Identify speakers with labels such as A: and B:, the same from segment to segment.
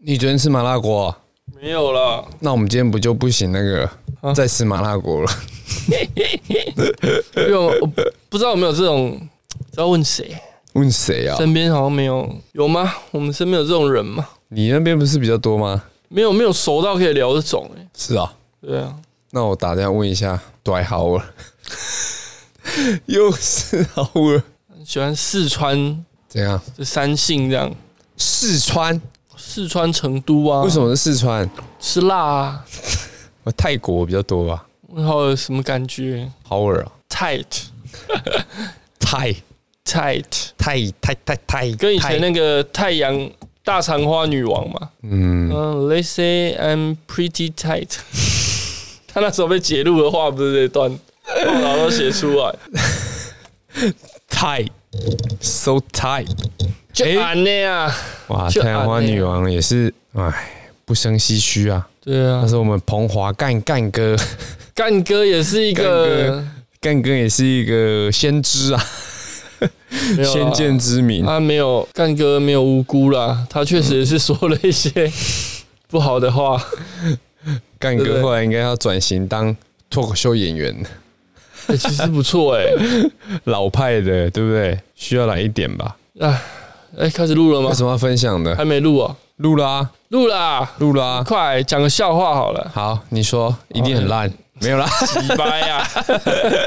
A: 你昨天吃麻辣锅、啊
B: 没有啦，
A: 那我们今天不就不行那个、再吃麻辣锅了？
B: 因为我我不知道有没有这种，不知道问谁，
A: 问谁啊？
B: 身边好像没有，有吗？我们身边有这种人吗？
A: 你那边不是比较多吗？
B: 没有，没有熟到可以聊这种、欸，
A: 是啊，
B: 对啊，
A: 那我打电话问一下，对好 了，又是好了，
B: 喜欢四川
A: 怎样？
B: 这三姓这样，
A: 四川？
B: 四川成都啊，
A: 为什
B: 么
A: 么是四川？
B: 吃辣啊？
A: 我哦泰国比较多吧，
B: 然后有什么感觉
A: 好尔啊，
B: ？tight
A: 泰
B: tight，
A: 泰泰泰泰，
B: 跟以前
A: 泰
B: 那个太阳大长花女王嘛，
A: 嗯，
B: 嗯、t h e y say I'm pretty tight 。 他那时候被截录的话，不是这段报道都写出来，
A: 泰 so tight，
B: 就安那啊，
A: 哇，
B: 就
A: 太阳花
B: 安内
A: 女王也是，哎，不生唏嘘啊。
B: 对啊
A: 那，是我们彭华干干哥，
B: 干哥也是一个
A: 干哥也是一个先知 啊，
B: 没有啦
A: 先见之明。
B: 他没有干哥没有无辜啦，他确实也是说了一些不好的话，
A: 干
B: 对不
A: 哥
B: 对
A: 后来应该要转型当脱口秀演员，
B: 欸其实不错 哎、
A: 老派的，对不对？需要来一点吧。
B: 啊，哎、开始录了吗
A: 有？什么要分享的？
B: 还没录啊，
A: 录啦，
B: 录啦，
A: 录啦。
B: 快讲个笑话好了，
A: 好，你说一定很烂，没有啦，
B: 鸡掰呀，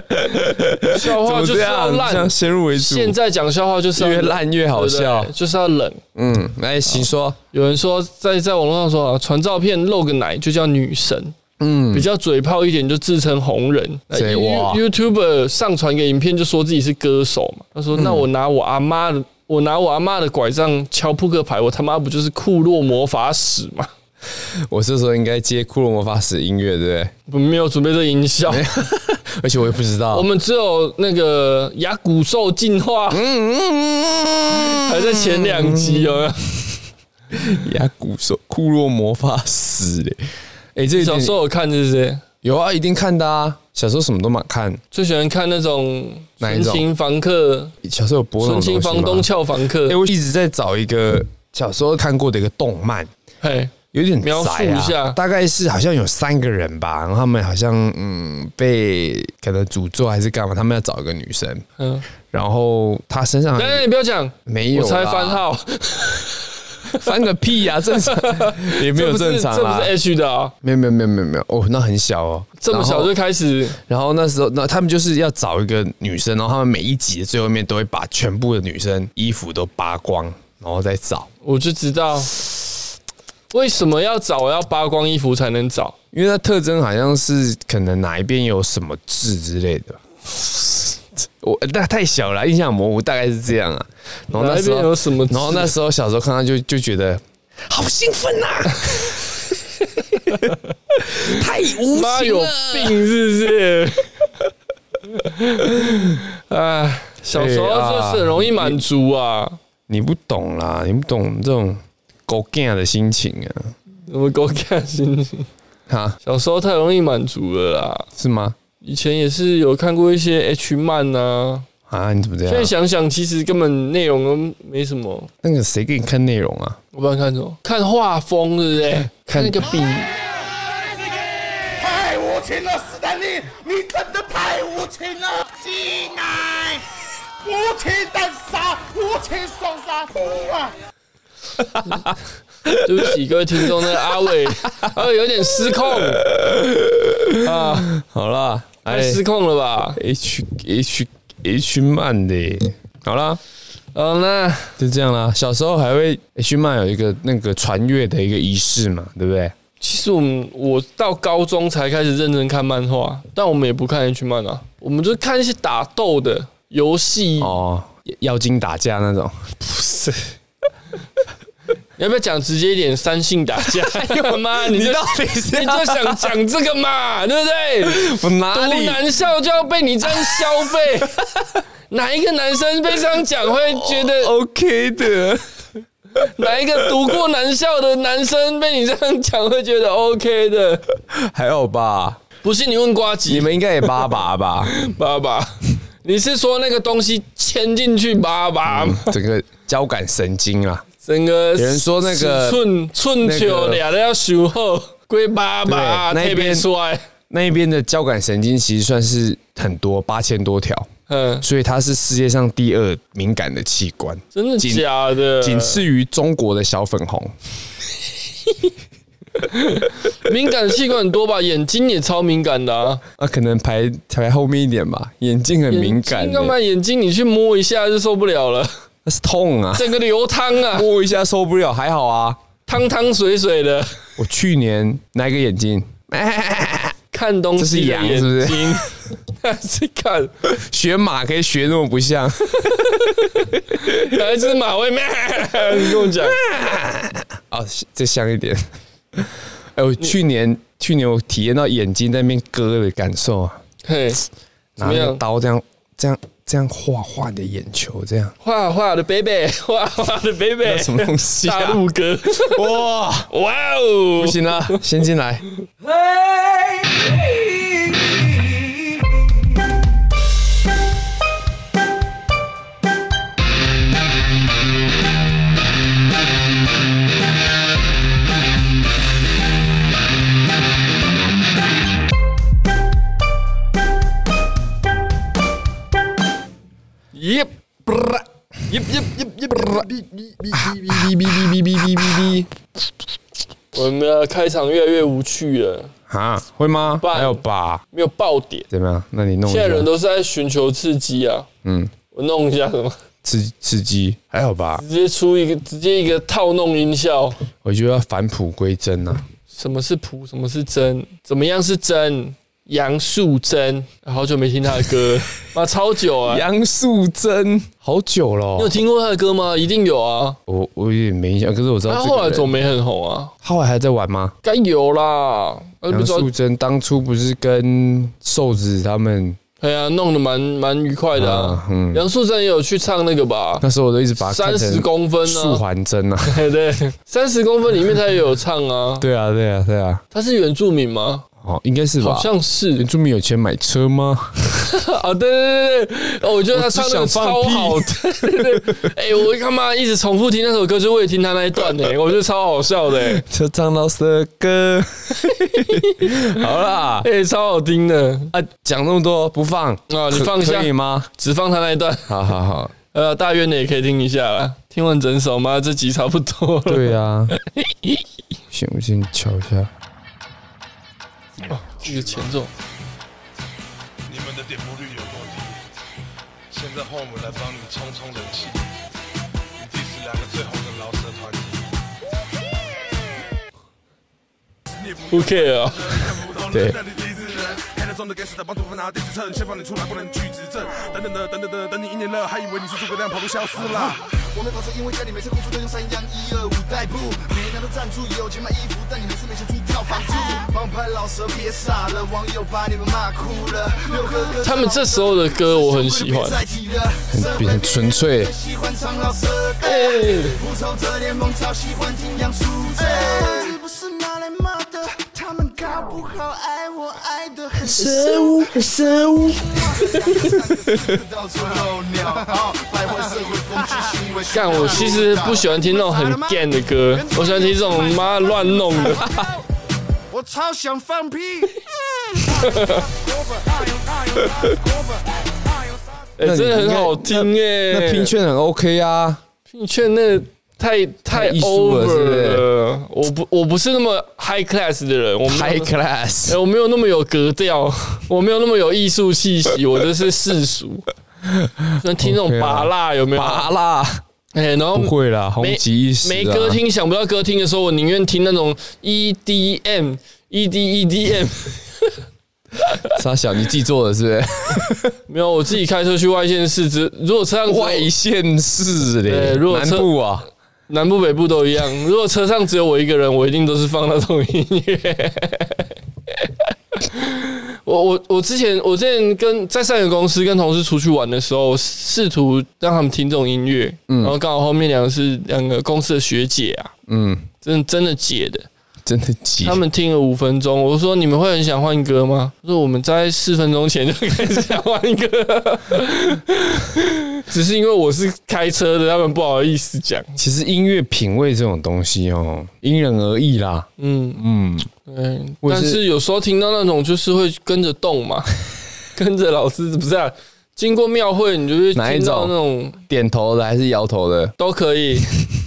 B: 笑
A: 怎
B: 话
A: 么这
B: 就是要
A: 样？这
B: 烂
A: 样，先入为主，
B: 现在讲笑话就是要
A: 越烂越好
B: 对不对
A: 笑。
B: 就是要冷。
A: 嗯，来，请说。
B: 有人说在在网络上说啊，传照片露个奶就叫女神，
A: 嗯
B: 比，较嘴炮一点就自称红人。
A: 谁哇
B: y o u t u b e r 上传个影片就说自己是歌手嘛，他说、那我拿我阿妈的。我拿我阿妈的拐杖敲扑克牌，我他妈不就是库洛魔法使吗？
A: 我这时候应该接《骷髅魔法使》音乐，对
B: 我没有准备这音效，
A: 不对？而且我也不知道
B: 我。们只有那个牙骨兽进化，
A: 嗯
B: 还在前两集哦有没有？
A: 牙骨手库洛魔法师嘞。哎、这
B: 小
A: 个
B: 时候有看这些，
A: 有啊，一定看的啊。小时候什么都蛮看，
B: 最喜欢看那种
A: 哪一
B: 纯
A: 种
B: 情房客、
A: 小时候有播那
B: 纯
A: 种
B: 情
A: 东西
B: 房
A: 吗
B: 东俏房客
A: 哎、，我一直在找一个小时候看过的一个动漫，
B: 嘿，
A: 有点
B: 描述
A: 窄啊
B: 一下
A: 大概是好像有三个人吧，然后他们好像嗯被可能诅咒还是干嘛，他们要找一个女生，
B: 嗯，
A: 然后她身上
B: 等等，你不要讲，
A: 哎没有
B: 哎我
A: 啦，
B: 猜番号，
A: 翻个屁呀、正 常也没有
B: 这不是
A: 正常啊
B: 这不
A: 啦
B: 是，H 的啊，
A: 没有没有没有没有没有哦，那很小哦，
B: 这么
A: 然后
B: 小就开始，
A: 然后那时候，那他们就是要找一个女生，然后他们每一集的最后面都会把全部的女生衣服都扒光，然后再找，
B: 我就知道为什么要找要扒光衣服才能找，
A: 因为它特征好像是可能哪一边有什么痣之类的。我那太小了，印象模糊，大概是这样啊。然后
B: 哪
A: 那
B: 一
A: 时
B: 边有
A: 候，
B: 什么痣？
A: 然后那时候小时候看到就就觉得好兴奋呐、 太无情
B: 妈有啊
A: 了。
B: 病是 不是？哎，小时候就是很容易满足啊，
A: 你不懂啦，你不懂这种狗干的心情啊，
B: 怎么狗看心情？
A: 哈，
B: 小时候太容易满足了啦。
A: 是吗？
B: 以前也是有看过一些 H 漫啊，
A: 啊，你怎么这样？
B: 现在想想，其实根本内容都没什么。
A: 那个谁给你看内容啊？
B: 我不知道看什么，看画风，对不对？ 看那个笔，
C: 太无情了，史丹利，你真的太无情了！进来，无情单杀，无情双杀，哭啊！
B: 对不起各位听众，那个阿 伟，阿伟有点失控啊，
A: 好啦，哎
B: 太失控了吧？
A: H H H 漫的耶，好啦，
B: 嗯，那
A: 就这样啦。小时候还会 H 漫有一个那个传阅的一个仪式嘛，对不对？
B: 其实我们我到高中才开始认真看漫画，但我们也不看 H 漫啊，我们就看一些打斗的游戏。
A: 哦，妖精打架那 种，
B: 要不要讲直接一点？三性打 架？他哎妈，你就
A: 底是
B: 你就想讲这个嘛，对不对？
A: 我哪
B: 读
A: 里？
B: 男校就要被你这样消费， 哪一个男生被这样讲会觉
A: 哦
B: 得？
A: OK 的，
B: 哪一个读过男校的男生被你这样讲会觉得 OK 的？
A: 还好吧？
B: 不信你问瓜
A: 你
B: 吉
A: 们应该也八八 吧？
B: 爸爸，你是说那个东西牵进去爸爸吗？
A: 整个交感神经啊，
B: 整个
A: 嗯有人说那个
B: 尺寸寸球俩的要修后，龟爸爸
A: 对那
B: 特别
A: 边
B: 帅，
A: 那一边的交感神经其实算是很多，八千多条，
B: 嗯，
A: 所以它是世界上第二敏感的器官，
B: 真的
A: 仅
B: 假的？
A: 仅次于中国的小粉红。
B: 敏感的器官很多吧，眼睛也超敏感的啊，
A: 啊，可能排排后面一点吧，眼睛很敏感、
B: 干
A: 欸，
B: 嘛？眼啊睛你去摸一下就受不了 了，
A: 那是痛 啊，
B: 整个流汤啊，
A: 摸一下受不了，还好啊。
B: 汤汤水水的，
A: 我去年哪一个眼睛？
B: 看东西的
A: 这
B: 眼
A: 是羊是不
B: 睛，那 是看，
A: 学马可以学那么不像，
B: 还是马尾咩？ 你跟我讲，
A: 啊，再像一点。 哎，我去年去年我体验到眼睛在那边割的感受啊，
B: 嘿，
A: 拿
B: 么
A: 那
B: 样
A: 个刀这样这样这样画画你的眼球，这 样
B: 画画的 baby，画 画的 baby，
A: 那什么东西啊
B: 大陆 哥，
A: 哇，
B: 哇哦
A: 不！行了，先进来。
B: Yep，yep yep yep yep，我们的开场越来越无趣了，
A: 啊，会吗？
B: 然
A: 还有吧？
B: 没有爆点。
A: 怎么样？那你弄一
B: 现
A: 下
B: 在人都是在寻求刺激啊，嗯，我弄一下什么，
A: 吃吃鸡，还好吧？
B: 直接出一个，直接一个套弄音效。
A: 我觉得要返璞归真啊。
B: 什么是谱，什么是真，怎么样是真？杨素贞，好久没听他的 歌了，妈超久啊！
A: 杨素贞，好久了
B: 你有
A: 哦、
B: 听过他的歌吗？一定有啊！
A: 我我有点没印象，可是我知道
B: 他
A: 这
B: 啊后
A: 个
B: 来总
A: 人。
B: 没很红啊，
A: 他后来还在玩吗？
B: 该有啦。我不
A: 杨
B: 知道
A: 素贞当初不是跟瘦子他们
B: 哎呀，弄得蛮蛮愉快的啊
A: 啊。嗯
B: 杨素贞也有去唱那个吧？
A: 那时候我都一直把它看
B: 三
A: 成
B: 十公分
A: 素
B: 呢？
A: 还真啊。
B: 对对，三十公分里面他也有唱啊。
A: 对啊，对啊，对啊。
B: 他是原住民吗？
A: 哦，应该是吧
B: 好？像是
A: 原住民有钱买车吗？
B: 啊，对对对对，哦我觉得他唱那个超好
A: 我
B: 的，对对对，哎，我他妈一直重复听那首歌，就为了听他那一段呢，我觉得超好笑的，哎
A: 车唱到色歌。 好啦，
B: 哎，超好听的
A: 啊，讲那么多不放
B: 啊，你放
A: 可
B: 下
A: 可以，吗？
B: 只放他那一段，
A: 好好好，
B: 呃，大院的也可以听一下啦，听完整首嘛，这集差不多了，
A: 对 啊。行，我先瞧一下。
B: 这个前奏。
D: 你们的点播率有多低？现在换我来帮你冲冲人气，你 diss 两个最红的饶舌团体。
B: 不 care 啊，
A: 对
D: 等等的，等等的，等你一年了，还以为你是诸葛亮跑路消失啦。
E: 我们都是因为家里每次工作都用三样一二五代步，每一单都赞助，也有钱买衣服，但你还是没钱出票房租。帮拍老蛇别傻了，网友把你们骂哭了。六哥哥，
B: 他们这时候的歌我很喜欢。
A: 很很纯粹。
E: 喜欢唱老舌，哎，复仇者联盟超喜欢听杨树枝。这不是拿来骂的，他们搞不好爱我爱的很深。到处漏尿，哦百货社会风气 行为。
B: 干，我其实不喜欢听那种很 gay 的歌，我喜欢听这种妈乱弄的。
E: 我超想放屁。
B: 哎、
A: 那你
B: 真的很好听哎、
A: 那拼券很 OK 啊，
B: 拼券那个太太
A: 艺
B: over
A: 术了是不是
B: 了我不我不是那么 high class 的人，我没 有
A: high
B: 那
A: class
B: 哎。我没有那么有格调， 我没有那么有艺术气息，我就是世俗。像听那种
A: OK 啊
B: 拔蜡有没有？
A: 拔啦，
B: 哎、然后
A: 不会啦，红
B: 没
A: 极一时、啊。
B: 没歌听，想不到歌听的时候，我宁愿听那种 E EDM、ED EDM。
A: 傻小，你自己做的是不
B: 没有，我自己开车去外县市，只如果车上只
A: 是？
B: 有
A: 外县市嘞，
B: 对如果
A: 南
B: 车
A: 部啊，
B: 南部北部都一样。 如果车上只有我一个人，我一定都是放那种音乐。 我我我之前我之前跟在上一个公司跟同事出去玩的时候，我试图让他们听这种音乐，然后刚好后面两个是两个公司的学姐啊，
A: 嗯，
B: 真的真的姐的，
A: 真的急。
B: 他们听了五分钟，我说你们会很想换歌吗？他说我们在四分钟前就开始想换歌， 只是因为我是开车的，他们不好意思讲。
A: 其实音乐品味这种东西哦，因人而异啦。
B: 嗯
A: 嗯，
B: 嗯，
A: 我
B: 但
A: 是
B: 是有时候听到那种就是会跟着 动嘛，跟着老师不是啊？经过庙会，你就会
A: 哪一
B: 听到
A: 种
B: 那种
A: 点头的还是摇头的，
B: 都可以，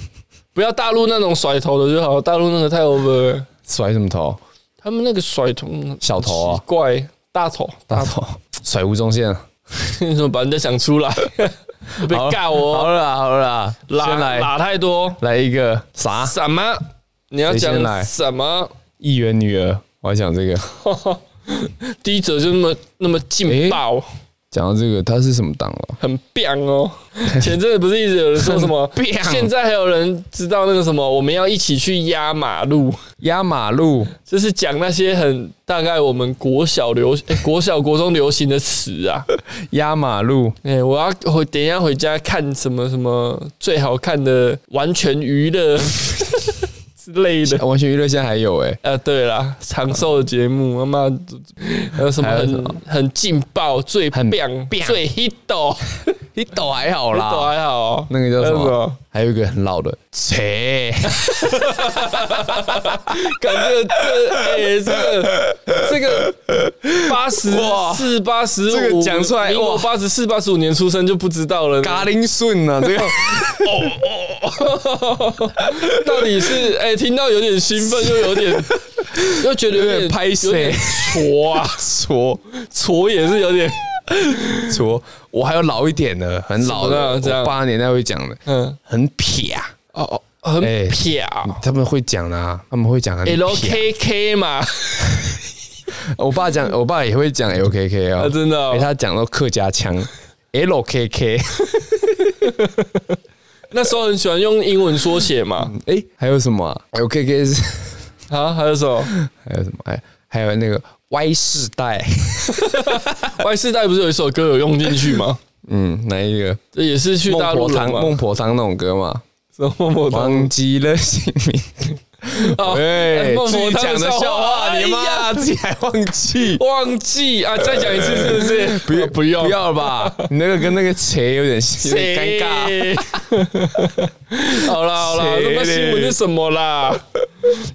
B: 不要大陆那种甩头的就好，大陆那个太 over 了。
A: 甩什么头？
B: 他们那个甩头
A: 小头啊
B: 奇怪，大头
A: 大头，甩吴宗宪。啊
B: 你怎么把人家想出 来？被
A: 好
B: 尬我
A: 好
B: 哦，
A: 了啦好了啦，
B: 拉
A: 先来
B: 拉太多
A: 来一个啥？
B: 什么？你要
A: 谁先
B: 讲
A: 来
B: 什么？
A: 议员女儿，我还讲这个。
B: 第一则就那么那么劲爆，
A: 讲到这个，他是什么党了？
B: 很棒哦。 前阵子不是一直有人说什么
A: 棒？
B: 现在还有人知道那个什么，我们要一起去压马路，
A: 压马路，
B: 就是讲那些很大概我们国小流、诶国小国中流行的词啊。
A: 压马路，
B: 哎、我要回等一下回家看什么什么最好看的完全娱乐之类的。
A: 啊完全娱乐现在还有哎、
B: 啊，对啦，长寿的节目，他妈还有什么
A: 还有什
B: 很
A: 么
B: 很劲爆、最
A: 很
B: 棒、最 hit 哦
A: 你抖还好
B: ，hit 哦还好哦、
A: 那个叫什
B: 还有
A: 么？还有一个很老的，切，
B: 感觉这哎、这个这个八十四、八十
A: 这
B: 五，
A: 个讲出来
B: 民国
A: 哇
B: 八十四、八十五年出生就不知道了，
A: 嘎铃顺啊，这个
B: 到底是哎、听到有点兴奋，又有点又觉得有
A: 有
B: 点
A: 点拍
B: 有点
A: 谁
B: 挫啊，
A: 戳
B: 挫也是有点
A: 戳，我还有老一点的，很老
B: 什么
A: 的，
B: 呢这样
A: 我八年代会讲的，
B: 嗯
A: 很撇，啊
B: 哦哦，很
A: 哎
B: 瞟。
A: 他们会讲的啊，他们会讲很撇
B: LKK 嘛，
A: 我爸讲，我爸也会讲 LKK 哦，
B: 啊真的哦
A: 诶他讲到客家腔 LKK，
B: 那时候很喜欢用英文缩写嘛。
A: 哎、还有什么、啊、LKK 是？
B: 啊，还有什么？
A: 还有什么？还还有那个 Y 世 代，
B: Y 世代不是有一首歌有用进去吗？
A: 嗯，哪一个？
B: 这也是去大
A: 孟
B: 陆
A: 婆
B: 了
A: 汤，
B: 嘛？
A: 孟婆汤那种歌嘛，
B: 什么孟婆
A: 忘记了姓名。
B: 啊
A: 哎，
B: 孟
A: 自
B: 婆
A: 己
B: 汤
A: 讲的笑话，你
B: 哎呀
A: 妈自己还忘 记？
B: 忘记啊！再讲一次是不是？不
A: 要
B: 不要
A: 不要了吧？你那个跟那个谁有点有点尴尬。
B: 尬。 好啦好啦，
A: 谁
B: 那
A: 嘞
B: 么新闻是什么啦？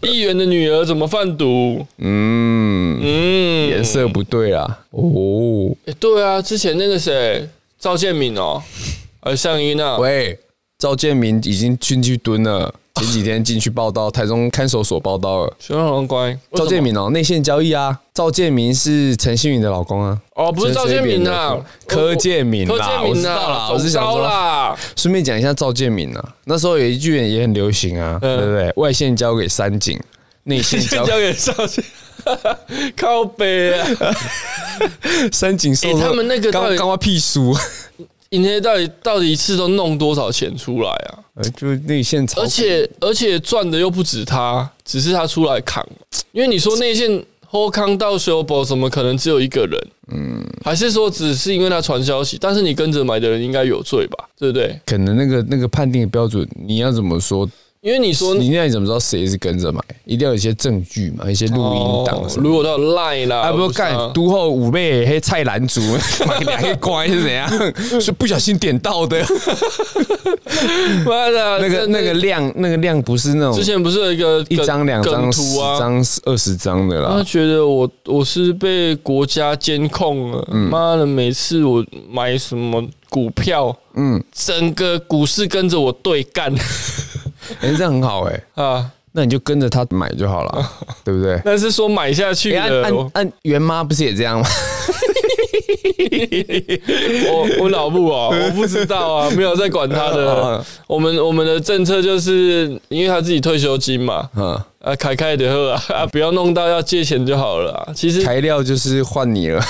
B: 议员的女儿怎么贩毒？
A: 嗯，
B: 嗯，
A: 颜色不对啦。哦，
B: 诶对啊，之前那个谁赵建敏哦，呃向一娜，
A: 喂，赵建明已经进去蹲了，前几天进去报道，台中看守所报道了。
B: 熊小龙乖，
A: 赵建明哦，内线交易啊，赵建明是陈信宇的老公啊。
B: 哦，不是赵建明啊，
A: 柯建明啦
B: 柯建明
A: 我知道
B: 啊，
A: 啦我是想
B: 总招
A: 说
B: 啦，
A: 顺便讲一下赵建明啊，那时候有一句也很流行啊，
B: 嗯
A: 对不对？外线交给三井，内线
B: 先
A: 交
B: 交给赵建，靠北啊，
A: 三井寿、
B: 欸他们那个到底
A: 刚刚花屁书，
B: 你那些到底到底一次都弄多少钱出来啊？
A: 呃就内线炒股，
B: 而且而且赚的又不止他，只是他出来扛，因为你说内线后康到修博怎么可能只有一个人？嗯，还是说只是因为他传消息，但是你跟着买的人应该有罪吧？对不对？
A: 可能那个那个判定的标准，你要怎么说？
B: 因为你说
A: 你那你怎么知道谁是跟着买？一定要有一些证据嘛，一些录音档
B: 哦
A: 什
B: 如
A: 么的。
B: 果到 Line 啦，
A: 啊，不
B: 是 啊
A: 干都后五妹黑菜篮 族买两个乖是怎样？是不小心点到的。
B: 妈的，
A: 那个
B: 真的
A: 那个量那个量不是那种
B: 之前不是有一个
A: 一
B: 梗
A: 张两
B: 梗
A: 张十
B: 图啊？哦
A: 张二十张的啦
B: 他。觉得我我是被国家监控了，
A: 嗯
B: 妈的！每次我买什么股票，嗯，整个股市跟着我对 干
A: 哎、这样很好哎、
B: 啊！
A: 那你就跟着他买就好 了，对不对？
B: 但是说买下去
A: 哎按
B: 了，
A: 按
B: 我
A: 按袁妈不是也这样吗？
B: 我我脑部 啊，我不知道啊，没有在管他的
A: 嗯。
B: 我们我们的政策就是因为他自己退休金嘛，
A: 嗯，
B: 啊，开开的喝啊， 啊，不要弄到要借钱就好了啊。其实
A: 材料就是换你了，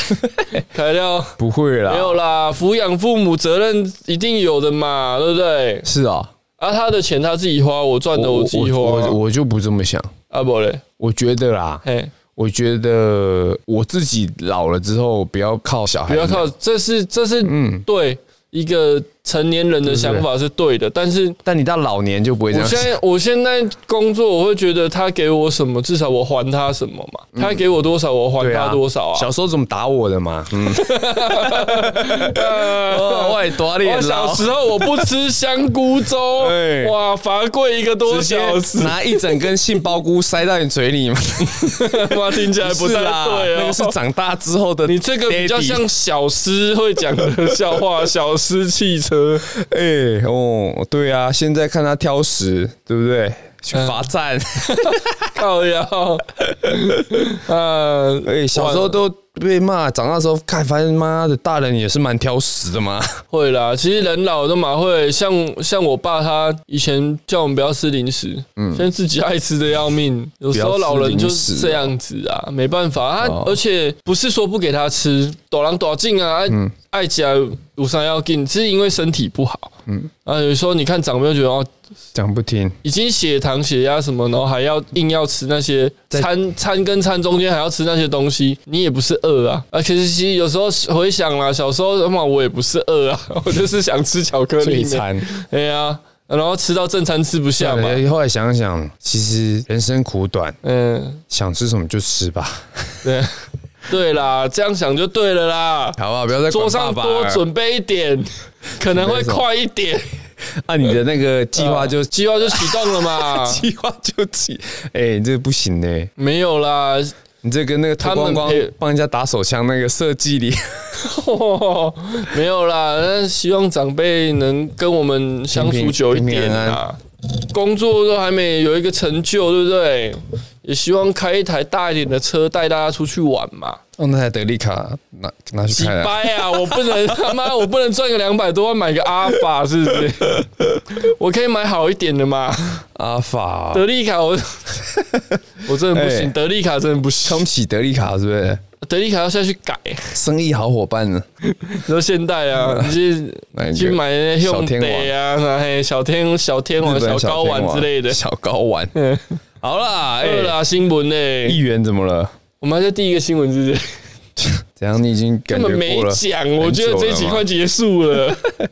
B: 开掉
A: 不会啦，
B: 没有啦，抚养父母责任一定有的嘛，对不对？
A: 是啊，
B: 啊，他的钱他自己花，我赚的我自己
A: 我
B: 花
A: 我我就不这么想，
B: 啊，不嘞，
A: 我觉得啦，
B: 嘿，
A: 我觉得我自己老了之后，不要靠小孩
B: 不
A: 养，
B: 要靠，这是这是嗯，对一个成年人的想法是对的，但是
A: 但你到老年就不会这
B: 我
A: 样
B: 现
A: 想。
B: 在我现在工作，我会觉得他给我什么，至少我还他什么嘛。他给我多少，我还
A: 嗯对
B: 他
A: 啊，
B: 多少啊？
A: 小时候怎么打我的嘛？嗯， 哦我也多
B: 我
A: 脸
B: 小
A: 老，
B: 时候我不吃香菇 粥
A: 对，
B: 哇，罚跪一个多
A: 直接
B: 小时，
A: 拿一整根杏鲍菇塞到你嘴里 嘛？
B: 妈听起来不
A: 是
B: 太
A: 啦，啊
B: 对
A: 那
B: 哦
A: 个。是长大之后的。
B: 你这个比较像小师会讲的笑话，小师汽车。
A: 哎、哦，对啊，现在看他挑食，对不对？去罚站。
B: 靠腰，啊，
A: 哎、小时候都被骂，长大之后看，发现妈的，大人也是蛮挑食的嘛。
B: 会啦。其实人老都蛮会，像像我爸他以前叫我们不要吃零食，嗯，现在自己爱吃的要命。有时候老人就是这样子啊，没办法。他
A: 哦
B: 而且不是说不给他吃，躲狼躲进啊，爱爱家五伤要进，是因为身体不好。嗯，啊，有时候你看长辈就觉得哦，
A: 讲不听，
B: 已经血糖、血压什么，然后还要硬要吃那些
A: 在
B: 餐餐跟餐中间还要吃那些东西，你也不是饿啊。啊，其实其实有时候回想啦，小时候嘛，我也不是饿啊， 我就是想吃巧克
A: 最
B: 力。
A: 惨。
B: 哎呀，然后吃到正餐吃不下嘛。
A: 哎后来想想，其实人生苦短，
B: 嗯，
A: 想吃什么就吃吧，
B: 对，对啦，这样想就对了啦。
A: 好不好？不要再
B: 桌
A: 管
B: 上
A: 爸爸
B: 多
A: 了
B: 准备一点，可能会快一点。
A: 按你的那个计划就？
B: 计划就启动了嘛
A: 计划就起，哎、你这不行呢、
B: 没有啦，
A: 你这跟那个脱光光
B: 他们配
A: 帮人家打手枪那个设计 里，
B: 哦， 没有啦，但希望长辈能跟我们相处久一点啊。工作都还没有一个成就，对不对？也希望开一台大一点的车带大家出去玩嘛。
A: 用哦那台德利卡拿拿去
B: 几
A: 开啊，
B: 掰啊！我不能他妈，我不能赚个两百多万买个阿尔法，是不是？我可以买好一点的嘛。
A: 阿法
B: 德利卡我我真的不
A: 哎
B: 行，德利卡真的不
A: 看
B: 行，
A: 不起德利卡是不是？
B: 德利卡要下去改，
A: 生意好伙伴呢？
B: 说现代 啊，你去
A: 哪一个
B: 去买那些
A: 小天
B: Hyundai 啊，那嘿小天小天王、
A: 日本
B: 小睾
A: 天
B: 丸之类的。
A: 小高丸。好啦，哎、
B: 对啦，新闻呢、
A: 议员怎么了？
B: 我们还在第一个新闻是不是？
A: 怎样？你已经感
B: 根
A: 觉
B: 本没
A: 过了？
B: 讲，我觉得这一集快结束了。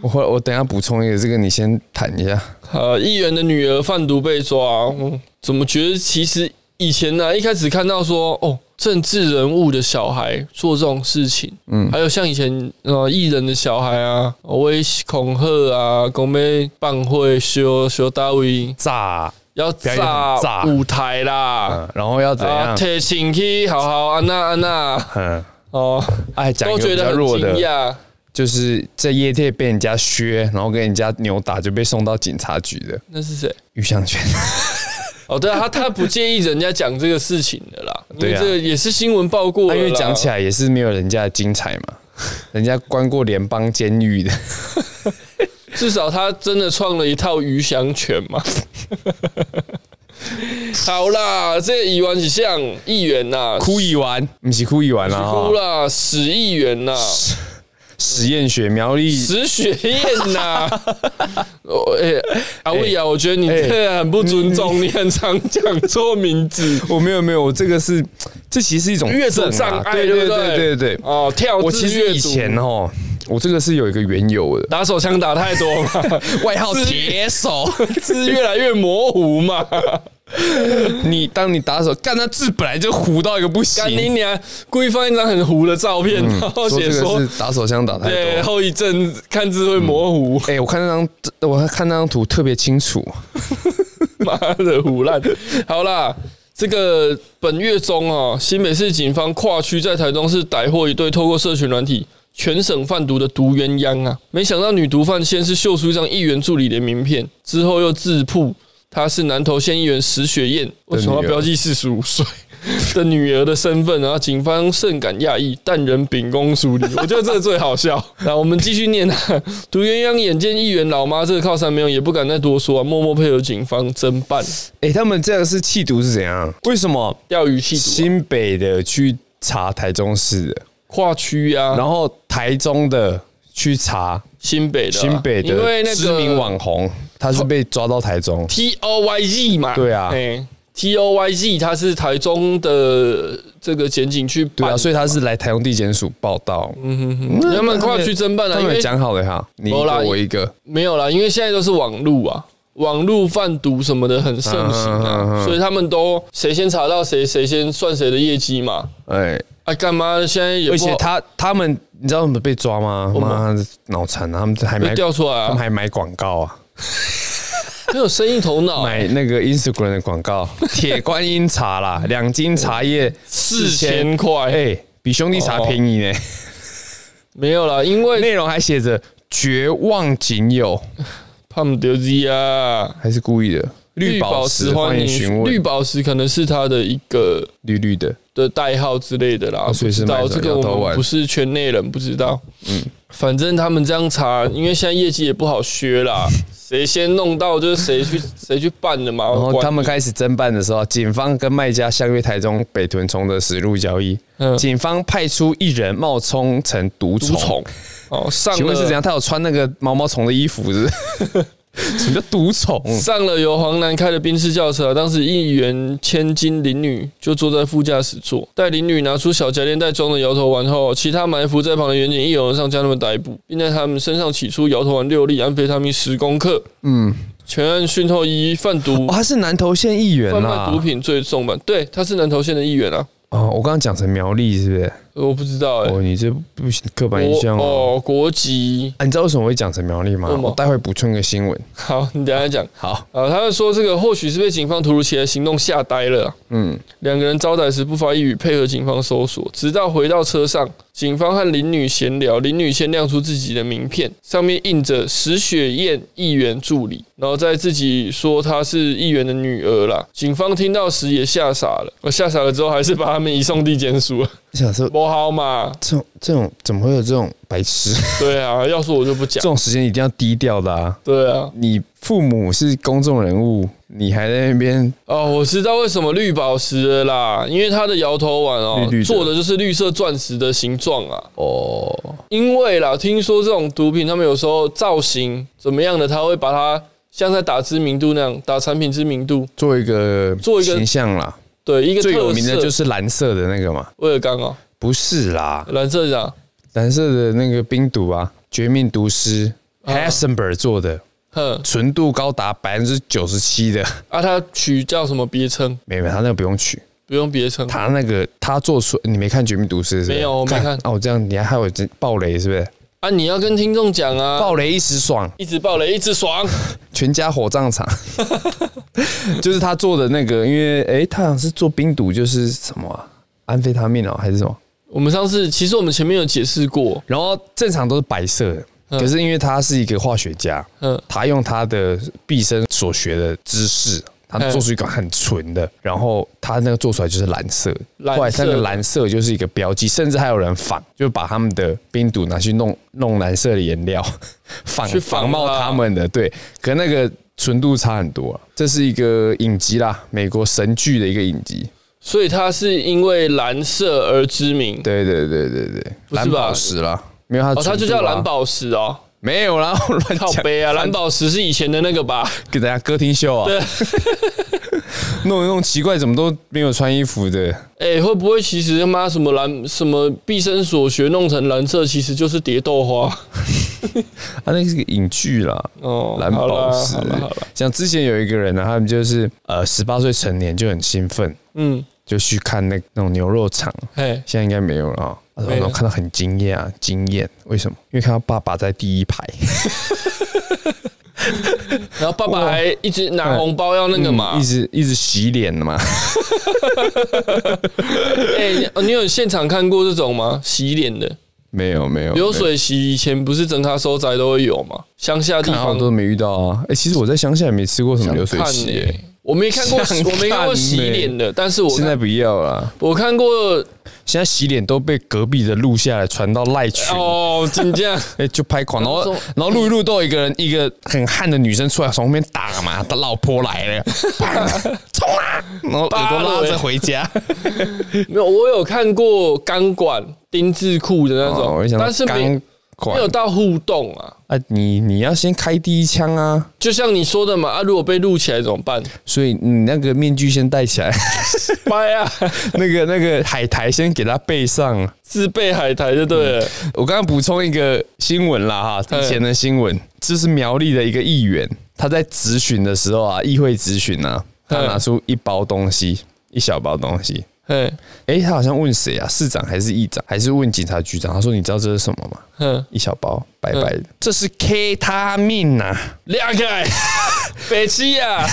A: 我后来我等一下补充一个，这个你先谈一下。
B: 呃，议员的女儿贩毒被抓，嗯怎么觉得其实以前呢、一开始看到说哦，政治人物的小孩做这种事情，嗯，还有像以前呃艺人的小孩啊，威恐吓啊，讲要办会修修大位，
A: 炸，
B: 要
A: 表演很炸
B: 炸舞台啦，
A: 然后要怎
B: 啊，
A: 样？
B: 提醒去好好安娜安娜
A: 嗯，
B: 哦，
A: 哎，讲一
B: 都
A: 个
B: 觉
A: 比
B: 得
A: 较
B: 很
A: 弱
B: 惊
A: 的，
B: 讶。
A: 就是在夜店被人家削，然后跟人家扭打就被送到警察局的
B: 那是谁？
A: 于向 全。
B: 哦，对啊，他他不介意人家讲这个事情的啦，因
A: 对
B: 为
A: 啊
B: 这个也是新闻报过
A: 他
B: 了啦，
A: 因为讲起来也是没有人家的精彩 嘛，人家关过联邦监狱的，
B: 至少他真的创了一套鱼翔拳嘛。 好啦，这乙烷几项议员呐、
A: 哭一完，不是哭一啊完啦，
B: 哭
A: 哈
B: 啦，史议员呐、
A: 实验学苗栗
B: 史雪燕 呐、哦，哎、阿伟啊，我觉得你
A: 哎
B: 这个很不尊重，你很常讲错名 字，
A: 我哦没有没有，我这个是这其实是一种
B: 阅读
A: 症啊
B: 障碍
A: 对
B: 对
A: 对
B: 不对
A: 对对对。
B: 哦，跳
A: 我
B: 字
A: 其实
B: 阅
A: 以
B: 读
A: 前哦，我这个是有一个缘由的，
B: 打手枪打太多嘛，
A: 外号铁手。
B: 字越来越模糊嘛。
A: 你当你打手，干那字本来就糊到一个不行
B: 干。你娘！故意放一张很糊的照片，然后
A: 嗯说
B: 写
A: 这
B: 说
A: 个是打手枪打太
B: 对
A: 多。
B: 后遗症看字会模糊，
A: 哎、我看那张，我看那张图特别清楚。
B: 妈的胡烂。好啦，这个本月中啊，新北市警方跨区在台中市逮获一对透过社群软体。全省贩毒的毒鸳鸯啊！没想到女毒贩先是秀出一张议员助理的名片，之后又自曝她是南投县议员石雪燕，为什么要标记四十五岁？ 的女儿的身份，然后警方甚感讶异，但仍秉公处理。我觉得这个最好笑。那我们继续念啊，独鸳鸯眼见议员老妈这个靠山没有，也不敢再多说啊，默默配合警方侦 办
A: 哎、他们这个是气毒是怎样？为什么
B: 钓鱼系毒啊、
A: 新北的去查台中市的，
B: 跨区
A: 然
B: 啊，
A: 后台中的去查
B: 新北的啊、
A: 新北
B: 因为
A: 的
B: 那个
A: 知名网红，他是被抓到台中。
B: T O Y Z 嘛，
A: 对啊
B: 哎、 T O Y Z 他是台中的这个检警去
A: 对
B: 办，
A: 啊，所以他是来台中地检署报道，嗯哼，
B: 他们快要去侦办了啊
A: 他
B: 因
A: 们
B: 为
A: 有讲好的哈，你一
B: 没啦
A: 个我一个，
B: 没有啦，因为现在都是网路啊，网路贩毒什么的很盛行
A: 嗯嗯嗯
B: 啊，
A: 嗯
B: 所以他们都谁先查到谁，谁先算谁的业绩嘛。
A: 哎，
B: 啊，干嘛现在也
A: 而
B: 不
A: 且
B: 好
A: 他他们你知道他们被抓吗？
B: 为什
A: 妈
B: 么
A: 的脑残啊，他们还买
B: 被调出来
A: 他们
B: 啊，
A: 还买广告啊，
B: 很有生意头脑，啊
A: 买那个 Instagram 的广 告，铁观音茶啦，两斤茶叶
B: 四千块哦
A: 哎，比兄弟茶便宜呢。
B: 没有啦，因为
A: 内容还写着绝望仅有，
B: 他们丢鸡啊。
A: 还是故意的。绿宝石欢迎询
B: 绿
A: 问，
B: 宝石可能是他的一个
A: 绿绿的，
B: 的代号之类的啦，
A: 哦
B: 不
A: 所以是
B: 知
A: 卖什
B: 道这
A: 么
B: 个
A: 摇头
B: 我
A: 丸
B: 们不是圈内人，不知道。嗯，反正他们这样查，因为现在业绩也不好削 啦，谁先弄到就是谁去谁去办的嘛。
A: 然后
B: 管
A: 哦他们开始侦办的时候，警方跟卖家相约台中北屯冲的实路交易。
B: 嗯
A: 警方派出一人冒充成毒
B: 毒虫
A: 虫，
B: 哦，上
A: 请问是怎
B: 了
A: 样？他有嗯穿那个毛毛虫的衣服是不 是？什么叫毒虫？
B: 上了由黄南开的宾士轿车、啊，当时一员千金林女就坐在副驾驶座，待林女拿出小夹链袋装的摇头丸后，其他埋伏在旁的远警一拥而上将他们逮捕，并在他们身上起出摇头丸六粒、安非他命十公克。嗯，全案讯后一贩 毒。
A: 哦，他是南投县议员
B: 贩
A: 啦
B: 卖毒。品罪重吧？对，他是南投县的议员啊，
A: 哦，我刚刚讲成苗栗是不是？
B: 呃我不知道哎、
A: 哦，你这不行，刻板印
B: 国
A: 象哦。
B: 哦，国籍
A: 啊，你知道为什么我会讲成苗栗吗
B: 为？什么
A: 我待会补充个新闻。
B: 好，你等一下讲
A: 好，
B: 啊。他就说这个或许是被警方突如其来行动吓呆了啊、
A: 嗯，
B: 两个人招待时不发一语，配合警方搜索，直到回到车上，警方和林女闲聊，林女先亮出自己的名片，上面印着石雪燕议员助理，然后再自己说她是议员的女儿啦。警方听到时也吓傻了，我吓傻了之后还是把他们移送地检署 了，
A: 我想说
B: 不好嘛。
A: 这种这种怎么会有这种白痴？
B: 对啊，要说我就不
A: 这
B: 讲。
A: 种时间一定要低调的啊！
B: 对啊，
A: 你父母是公众人物，你还在那边
B: 哦，我知道为什么绿宝石了啦，因为它的摇头丸哦，
A: 绿绿的
B: 做的就是绿色钻石的形状啊。
A: 哦，
B: 因为啦，听说这种毒品，他们有时候造型怎么样的，他会把它像在打知名度那样，打产品知名度，
A: 做一个
B: 做一个
A: 形象啦。
B: 对一个
A: 最有名的就是是蓝色的那个嘛，
B: 威尔刚哦，
A: 不是啦，
B: 蓝色的啊，
A: 蓝色的那个冰毒啊，《绝命毒师》Hassenberg
B: 啊
A: 做的，
B: 哼
A: 纯度高达百分之九十七的，
B: 啊，它取叫什么别称？
A: 没有，他那个不用取，
B: 不用别称，
A: 他那个他做出你没看《绝命毒师》是不是？
B: 没有我没看
A: 啊，我这样你还害我真暴雷是不是？
B: 啊，你要跟听众讲啊，
A: 暴雷一时爽，
B: 一直爆雷，一直爽，
A: 全家火葬场， 就是他做的那个，因为诶，他好像是做冰毒，就是什么、啊、安非他命哦，还是什么？
B: 我们上次其实我们前面有解释过，
A: 然后正常都是白色的，可是因为他是一个化学家，
B: 嗯
A: 他用他的毕生所学的知识，他
B: 嗯
A: 做出一个很纯的，然后他那个做出来就是蓝色的，
B: 蓝色的
A: 后来那个蓝色就是一个标记，甚至还有人仿，就把他们的冰毒拿去弄弄蓝色的颜料， 仿
B: 去仿
A: 仿冒
B: 它
A: 他们的，对，可那个纯度差很多、啊。这是一个影集啦，美国神剧的一个影集，
B: 所以它是因为蓝色而知名。
A: 对对对对对，
B: 不是吧
A: 蓝宝石啦，没有它的
B: 哦，它
A: 纯度
B: 就
A: 啊、
B: 叫蓝宝石哦，
A: 没有啦，我乱
B: 靠
A: 讲。
B: 背啊，蓝宝石是以前的那个吧？
A: 给大家歌厅秀啊， 弄一弄奇怪，怎么都没有穿衣服的，
B: 哎、会不会其实他妈什么蓝什么毕生所学弄成蓝色，其实就是蝶豆花？
A: 啊，那是个影剧啦。
B: 哦，
A: 蓝宝石
B: 好啦好啦好啦，
A: 像之前有一个人呢、他们就是呃十八岁成年就很兴奋，
B: 嗯，
A: 就去看那那种牛肉场，
B: 嘿，
A: 现在应该没有了啊。
B: 没
A: 然
B: 了
A: 后看到很惊讶，惊艳，为什么？因为看到爸爸在第一排，
B: 然后爸爸还一直拿红包要那个嘛，
A: 嗯一直一直洗脸的嘛。
B: 哎、你哦你有现场看过这种吗？洗脸的
A: 没有没有，
B: 流水席，以前不是整卡收宅都会有嘛？乡下地
A: 没有，看好
B: 方
A: 多都没遇到啊。哎、其实我在乡下也没吃过什么流水
B: 看
A: 席、
B: 欸
A: 欸，
B: 我没看过，
A: 想看
B: 我没看过洗脸的，但是我
A: 现在
B: 看
A: 不要了。
B: 我看过
A: 现在洗脸都被隔壁的录下来，传到赖群。
B: 哦，真这样。
A: 哎、就拍狂，然后
B: 然后说
A: 然后录一录，都有一个人，一个很悍的女生出来，从后面打嘛，她老婆来 了，砰冲啊！然后耳朵
B: 欸
A: 拉着回家，
B: 没有，我有看过钢管丁字裤的那种，
A: 哦我就想到
B: 但是没
A: 钢管
B: 没有到互动啊。
A: 啊，你你要先开第一枪啊，
B: 就像你说的嘛，啊，如果被录起来怎么 办？
A: 所以你那个面具先戴起来，
B: 掰啊，
A: 那个那个海苔先给它备上啊。
B: 自备海苔就对了。
A: 我刚刚补充一个新闻啦哈，
B: 嗯
A: 以前的新闻，这是苗栗的一个议员，他在质询的时候啊，议会质询啊，他
B: 嗯
A: 拿出一包东西，一小包东西，
B: 嘿，
A: 诶，他好像问谁啊？市长还是议长，还是问警察局长？他说：“你知道这是什么吗？
B: 嗯，
A: 一小包白白的，
B: 哎
A: 这是啊 K 他命呐、
B: 亮开，哎北七啊呀、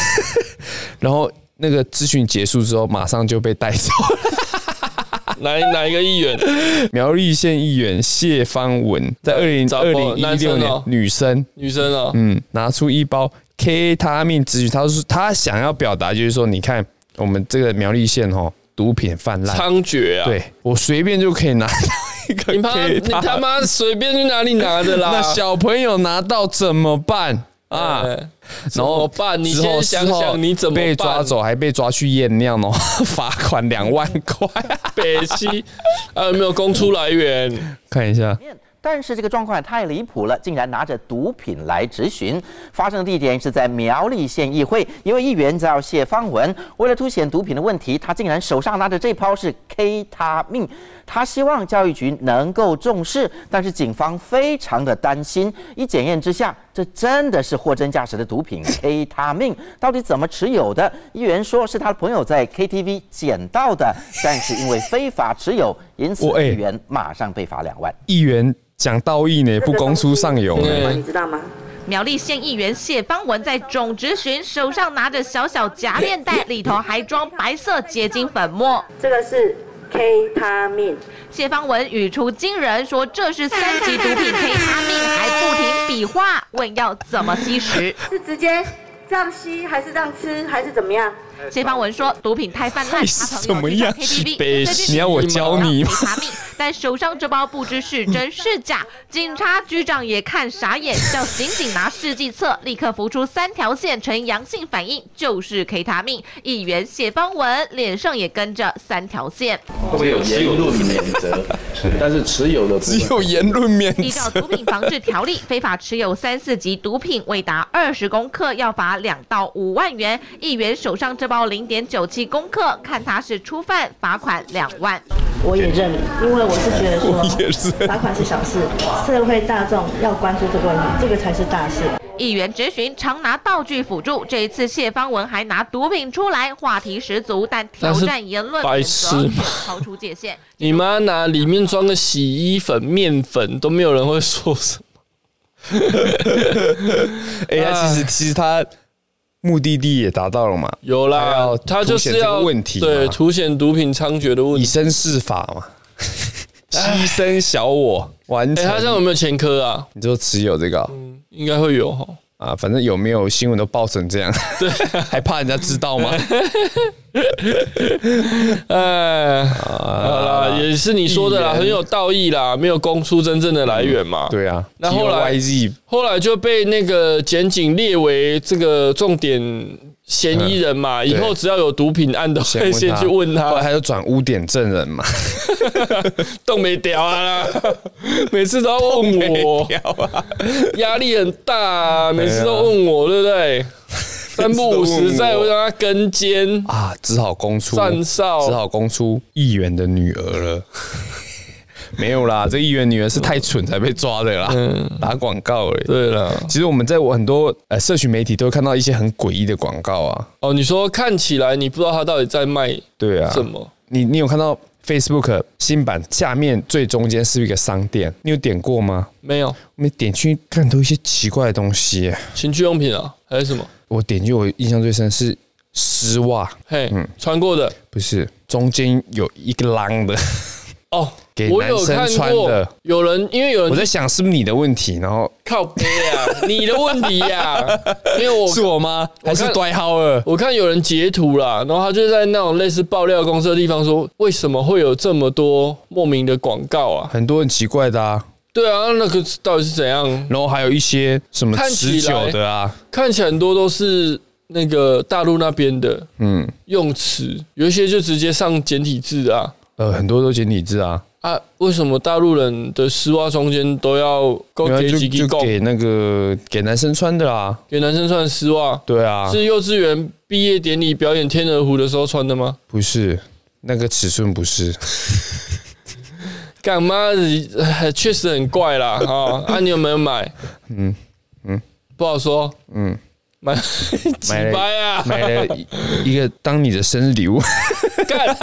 A: 然后那个咨询结束之后，马上就被带 走。
B: 哪哪一个议员？
A: 苗栗县议员谢芳文在二零
B: 找
A: 二
B: 过
A: 零一
B: 男
A: 六
B: 生
A: 年
B: 哦，
A: 女生
B: 女生啊、
A: 嗯，拿出一包 K 他命咨询，他说他想要表达就是说，你看我们这个苗栗县哦，毒品泛滥，
B: 猖獗啊！，
A: 对我随便就可以拿到一个
B: 你妈，
A: K
B: 你
A: 他
B: 他妈随便去哪里拿的啦？
A: 那小朋友拿到怎么办啊？
B: 哎
A: 然
B: 怎
A: 后
B: 么办你
A: 之后
B: 先想
A: 之后
B: 想你怎么
A: 被
B: 办
A: 抓走，还被抓去验尿哦，罚款两万 块。
B: 北七， 还有没有供出来源？
A: 看一下，
F: 但是这个状况也太离谱了，竟然拿着毒品来质询。发生地点是在苗栗县议会，一位议员叫谢方文，为了凸显毒品的问题，他竟然手上拿着这包是 K 他命。他希望教育局能够重视，但是警方非常的担心。一检验之下，这真的是货真价实的毒品 K 他命，到底怎么持有的？议员说是他的朋友在 KTV 捡到的，但是因为非法持有，因此
A: 我哎
F: 议员马上被罚两万。
A: 议员讲道义呢，不公出上游 呢。
B: 嗯
G: 你知道吗？
H: 苗栗县议员谢邦文在总质询，手上拿着小小夹链袋，里头还装白色结晶粉末。
G: 这个是 K 他命，
H: 谢邦文语出惊人，说这是三级毒品 K 他命，还不停比划，问要怎么吸食。
G: 是直接这样吸，还是这样吃，还是怎么样？
H: 谢邦文说毒品太泛 滥，
A: 你
H: 他
A: 是
H: 朋友
A: 怎么样
H: 去上 KTV，
B: 北
H: 在这
A: 你要我教你吗
H: 找到 K 他命，但手上这包不知是真是假，警察局长也看傻眼，叫刑警拿试剂册，立刻浮出三条线，呈阳性反应，就是 K 他命。议员谢邦文脸上也跟着三 条线。
I: 会不会有持有度免责？但是持有的部
A: 只
I: 分
A: 有言论免
H: 依照
A: 责
H: 毒。品防治条例，非法持有三四级毒品未达二十公克，要罚两到五万元。议员手上这包零点九七公克，看他是初犯，罚款两万。
J: 我也认，因为我是觉得
A: 我也是
J: 说，罚款是小事，社会大众要关注这个问题，这个才是大事。
H: 议员质询常拿道具辅助，这一次谢方文还拿毒品出来，话题十足，但挑战言论
B: 那
H: 原
B: 是
H: 则
B: 白痴
H: 却
B: 吗
H: 超出界限。
B: 你妈拿里面装个洗衣粉、面粉，都没有人会说什么。
A: 哎、
B: 啊
A: 他其实其实他目的地也达到了嘛，
B: 有
A: 他要
B: 啦，他就
A: 凸显
B: 是
A: 这个
B: 要
A: 问题嘛
B: 对凸显毒品猖獗的问
A: 以
B: 题。
A: 身试法 嘛，牺牲小我，完
B: 哎、
A: 成。
B: 他这样嗯有没有前科啊？
A: 你就持有这个哦、
B: 应该会有哈。
A: 啊，反正有没有新闻都报成这样，对， 还怕人家知道吗？
B: 哎， 好
A: 啊
B: 啦，也是你说的
A: 议
B: 啦，
A: 员
B: 很有道义啦，没有供出真正的来源嘛。
A: 对啊，
B: 那后来
A: YZ
B: 后来就被那个检警列为这个重点嫌疑人嘛，以后只要有毒品案都
A: 嗯先
B: 会
A: 问
B: 先
A: 他
B: 去问
A: 后来他
B: 他，
A: 就转污点证人嘛，
B: 动没屌啊 啦，每次都要问我，压力很大、 啊，每次都问我，对不对？三不五时再让他跟监，
A: 啊，只好供出
B: 站哨
A: 只好供出议员的女儿 了。没有啦，这议员女儿是太蠢才被抓的啦，
B: 嗯
A: 打广告而已。
B: 对了，
A: 其实我们在我很多呃社群媒体都会看到一些很诡异的广告啊，
B: 哦，你说看起来你不知道他到底在卖
A: 对啊，
B: 什么？
A: 你你有看到 Facebook 新版下面最中间是一个商店，你有点过吗？
B: 没有
A: 我们点进去看都一些奇怪的东西耶、
B: 情趣用品啊，还是什么？
A: 我点进去我印象最深是丝袜，
B: 嘿，
A: 嗯
B: 穿过的
A: 不是中间有一个浪 的，
B: 哦
A: 给，
B: 我
A: 男
B: 有
A: 生
B: 看
A: 穿
B: 过
A: 的，
B: 有人因为有人
A: 我在想是不是你的问题，然后
B: 靠背啊， 你的问题呀、因为我
A: 是我吗？还是
B: 看
A: dwight Howard？
B: 我看有人截图啦，然后他就在那种类似爆料公司的地方说，为什么会有这么多莫名的广告啊？
A: 很多很奇怪的啊，
B: 对啊，那个到底是怎样？
A: 然后还有一些什么
B: 看
A: 持
B: 起来
A: 久的啊，
B: 看起来很多都是那个大陆那边的，嗯，用词有一些就直接上简体字啊，
A: 呃，很多都简体字啊，
B: 啊，为什么大陆人的丝袜中间都要够
A: 没有
B: 给
A: 就
B: 几
A: 就
B: 个够
A: 给那个给男生穿的啦。
B: 给男生穿的丝袜？
A: 对啊，
B: 是幼稚园毕业典礼表演天鹅湖的时候穿的吗？
A: 不是那个尺寸不是？
B: 干妈，呃确实很怪啦 啊、哦！啊，你有没有买？
A: 嗯嗯
B: 不好说，
A: 嗯，
B: 买几
A: 买
B: 掰
A: 了
B: 啊，
A: 买了一一个当你的生日礼物，
B: 干，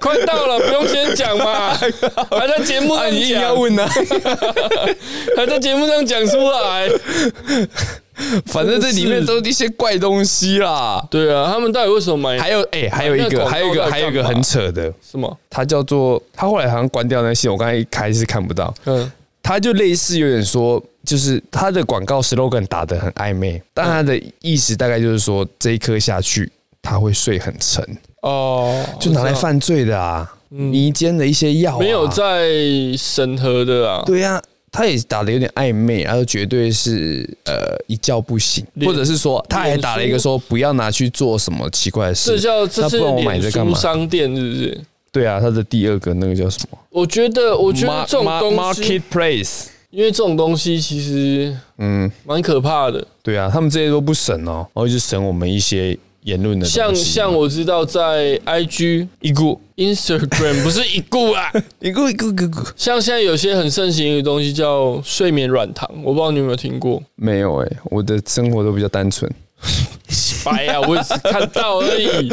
B: 快到了，不用先 讲嘛，还在节目
A: 啊
B: 上
A: 你硬
B: 讲，
A: 要问啊，
B: 还在节目上讲出来。
A: 反正这里面都是一些怪东西啦。
B: 对啊，他们到底为什么买？
A: 还有哎、还有一
B: 那
A: 个，
B: 广告
A: 还有一
B: 在
A: 个，
B: 干嘛
A: 还有一个很扯的，
B: 什么？
A: 它叫做它后来好像关掉那系统，我刚才一开始看不到。
B: 嗯，
A: 它就类似有点说，就是它的广告 slogan 打得很暧昧，但它的意思大概就是说，这一颗下去它会睡很沉，
B: 哦，
A: 就拿来
B: 我知道嗯
A: 犯罪的啊，迷奸的一些药、啊，
B: 没有在审核的啊。
A: 对呀、啊，他也打的有点暧昧，然后绝对是呃一觉不醒，
B: 脸
A: 或者是说他还打了一个说不要拿去做什么奇怪的事，
B: 这叫这是
A: 那不然我买
B: 脸
A: 这干
B: 书
A: 嘛？
B: 商店是不是？
A: 对啊，他的第二个那个叫什么？
B: 我觉得，我觉得
A: Mar-
B: 这种
A: Mar-
B: 东西，
A: marketplace，
B: 因为这种东西其实
A: 嗯，
B: 蛮可怕的。
A: 对啊，他们这些都不审哦，然后就审我们一些言论的东西
B: 像像我知道在 IG、
A: 一顾
B: Instagram 不是一顾啊，
A: 一顾一顾一顾，
B: 像现在有些很盛行的东西叫睡眠软糖，我不知道你有没有听过。
A: 没有哎、我的生活都比较单纯，
B: 白啊，我也是看到而已，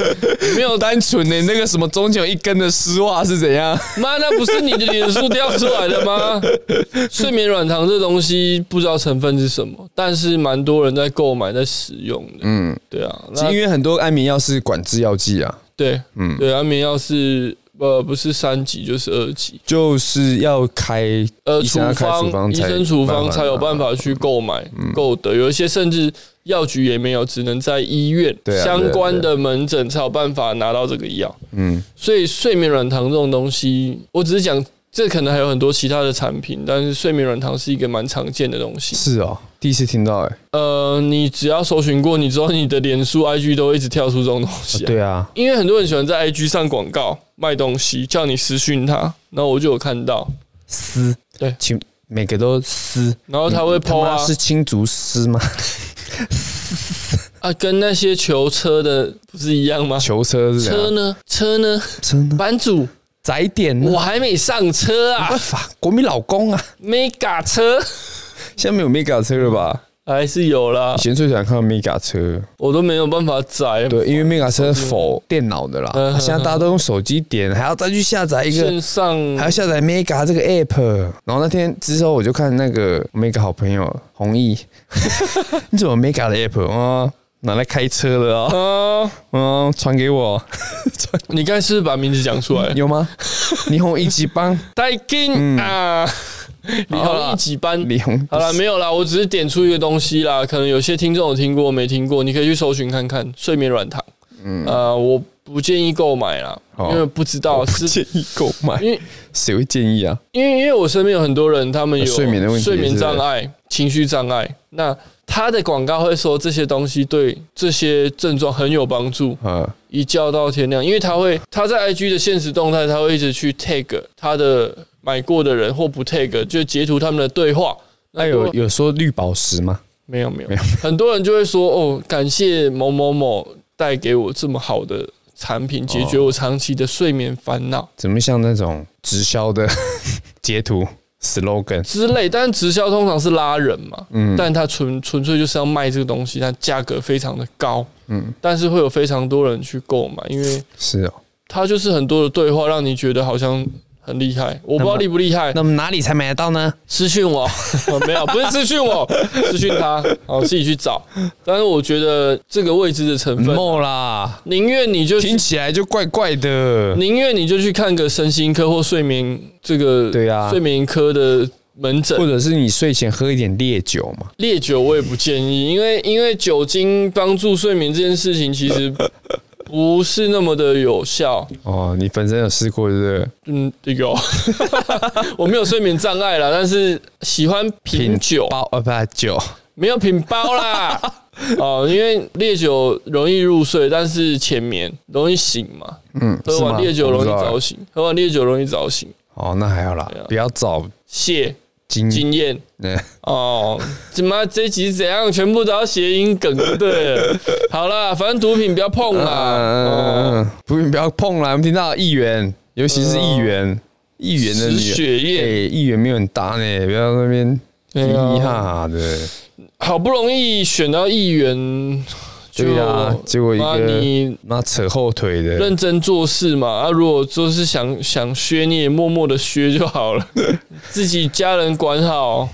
B: 没有
A: 单纯呢、那个什么中间有一根的丝袜是怎样？
B: 妈，那不是你的脸书掉出来的吗？睡眠软糖这东西不知道成分是什么，但是蛮多人在购买、在使用的。嗯，对啊，那
A: 因为很多安眠药是管制药剂啊，
B: 对，嗯，对，安眠药是呃不是三级就是二级，
A: 就是要开
B: 呃，
A: 医生要开处方
B: 医
A: 才
B: 生处方才有办
A: 法嗯
B: 法去购买购得，有一些甚至药局也没有，只能在医院
A: 对啊
B: 相关
A: 对
B: 的门诊才有办法拿到这个药。
A: 嗯
B: 所以睡眠软糖这种东西，我只是讲这可能还有很多其他的产品，但是睡眠软糖是一个蛮常见的东西。
A: 是哦，第一次听到哎、
B: 呃，你只要搜寻过，你之后你的脸书、IG 都会一直跳出这种东西、啊。
A: 对啊，
B: 因为很多人喜欢在 IG 上广告卖东西，叫你私讯他，然后我就有看到，
A: 撕
B: 对
A: 请每个都撕，
B: 然后他会
A: 嗯他
B: PO
A: 妈
B: 啊
A: 是青竹丝吗？
B: 啊，跟那些囚车的不是一样吗？
A: 囚车是怎
B: 车
A: 样？
B: 呢？车呢？
A: 车呢？
B: 版主，
A: 窄点呢
B: 我？还没上车啊
A: 办法，国民老公啊，
B: ，mega 车
A: 现在没有 mega 车了吧？
B: 还是有啦
A: 以，前最喜欢看到 mega 车，
B: 我都没有办法载。
A: 对，因为 mega 车否电脑的啦
B: 嗯，嗯
A: 现在大家都用手机点，还要再去下载一个
B: 线上
A: 嗯还要下载 Mega 这个 app。然后那天之后，我就看那个 Mega 好朋友弘毅， 你怎么有 Mega 的 app 啊？拿来开车的啊？
B: 啊，
A: 嗯，传给我，
B: 你刚才是不是把名字讲出来？
A: 有 吗？霓虹一级帮，
B: 戴金啊，李
A: 嗯 好啦
B: 红一级班。
A: 霓虹
B: 好了，没有啦，我只是点出一个东西啦，可能有些听众有听过，没听过，你可以去搜寻看看睡眠软糖。嗯，呃，我不建议购买啦，
A: 哦
B: 因为不知道是
A: 建议购买
B: 因，为
A: 谁会建议啊？
B: 因为因为我身边有很多人，他们有
A: 有呃睡眠的问题
B: 睡眠
A: 是不是
B: 障碍、情绪障碍。那他的广告会说这些东西对这些症状很有帮助，
A: 呃，
B: 一觉到天亮，因为他会他在 IG 的现实动态，他会一直去 tag 他的买过的人或不 tag，就截图他们的对话。
A: 那有有说绿宝石吗？
B: 没有没有
A: 哎没有
B: 很多人就会说哦，感谢某某某带给我这么好的产品，解决我长期的睡眠烦恼
A: 怎么像那种直销的 截图 slogan？
B: 之类。但是直销通常是拉人嘛，嗯，但它纯纯粹就是要卖这个东西，它价格非常的高，嗯，但是会有非常多人去购买，因为
A: 是哦，
B: 它就是很多的对话，让你觉得好像。很厉害，我不知道
A: 那么
B: 厉不厉害。
A: 那么哪里才买得到呢？
B: 私讯我， 呃没有，不是私讯我， 私讯他，好自己去找。但是我觉得这个未知的成分，
A: 梦啦，
B: 宁愿你就
A: 嗯
B: 去
A: 听起来就怪怪的。
B: 宁愿你就去看个身心科或睡眠这个
A: 对啊
B: 睡眠科的门诊
A: 或。者是你睡前喝一点烈酒嘛？
B: 烈酒我也不建议，因为因为酒精帮助睡眠这件事情其 实不是那么的有效。
A: 哦，你本身有试过对不对？
B: 嗯，有， 我没有睡眠障碍啦，但是喜欢品酒，
A: 包呃不酒，
B: 没有品 包啦。哦，因为烈酒容易入睡，但是浅眠容易醒嘛。
A: 嗯，
B: 喝
A: 是吗
B: 完烈酒容易
A: 我不知道
B: 早醒，喝完烈酒容易早醒。
A: 哦，那还好啦，
B: 啊
A: 不要找
B: 谢
A: 经
B: 经验
A: 嗯
B: 哦，怎么这集怎样，全部都要谐音梗，对了。好啦，反正毒品不要碰啦。哦，
A: 嗯，不不要碰啦！我们听到议员，尤其是议员，议员的女
B: 食血
A: 哎
B: 验，
A: 议员没有很大呢，不要在那边
B: 对啊
A: 嘻嘻哈哈的。
B: 好不容易选到议员，就
A: 对啊，结果一
B: 妈
A: 个
B: 你
A: 妈扯后腿的，
B: 认真做事嘛。啊，如果就是想想削，你也默默的削就好了， 自己家人管好。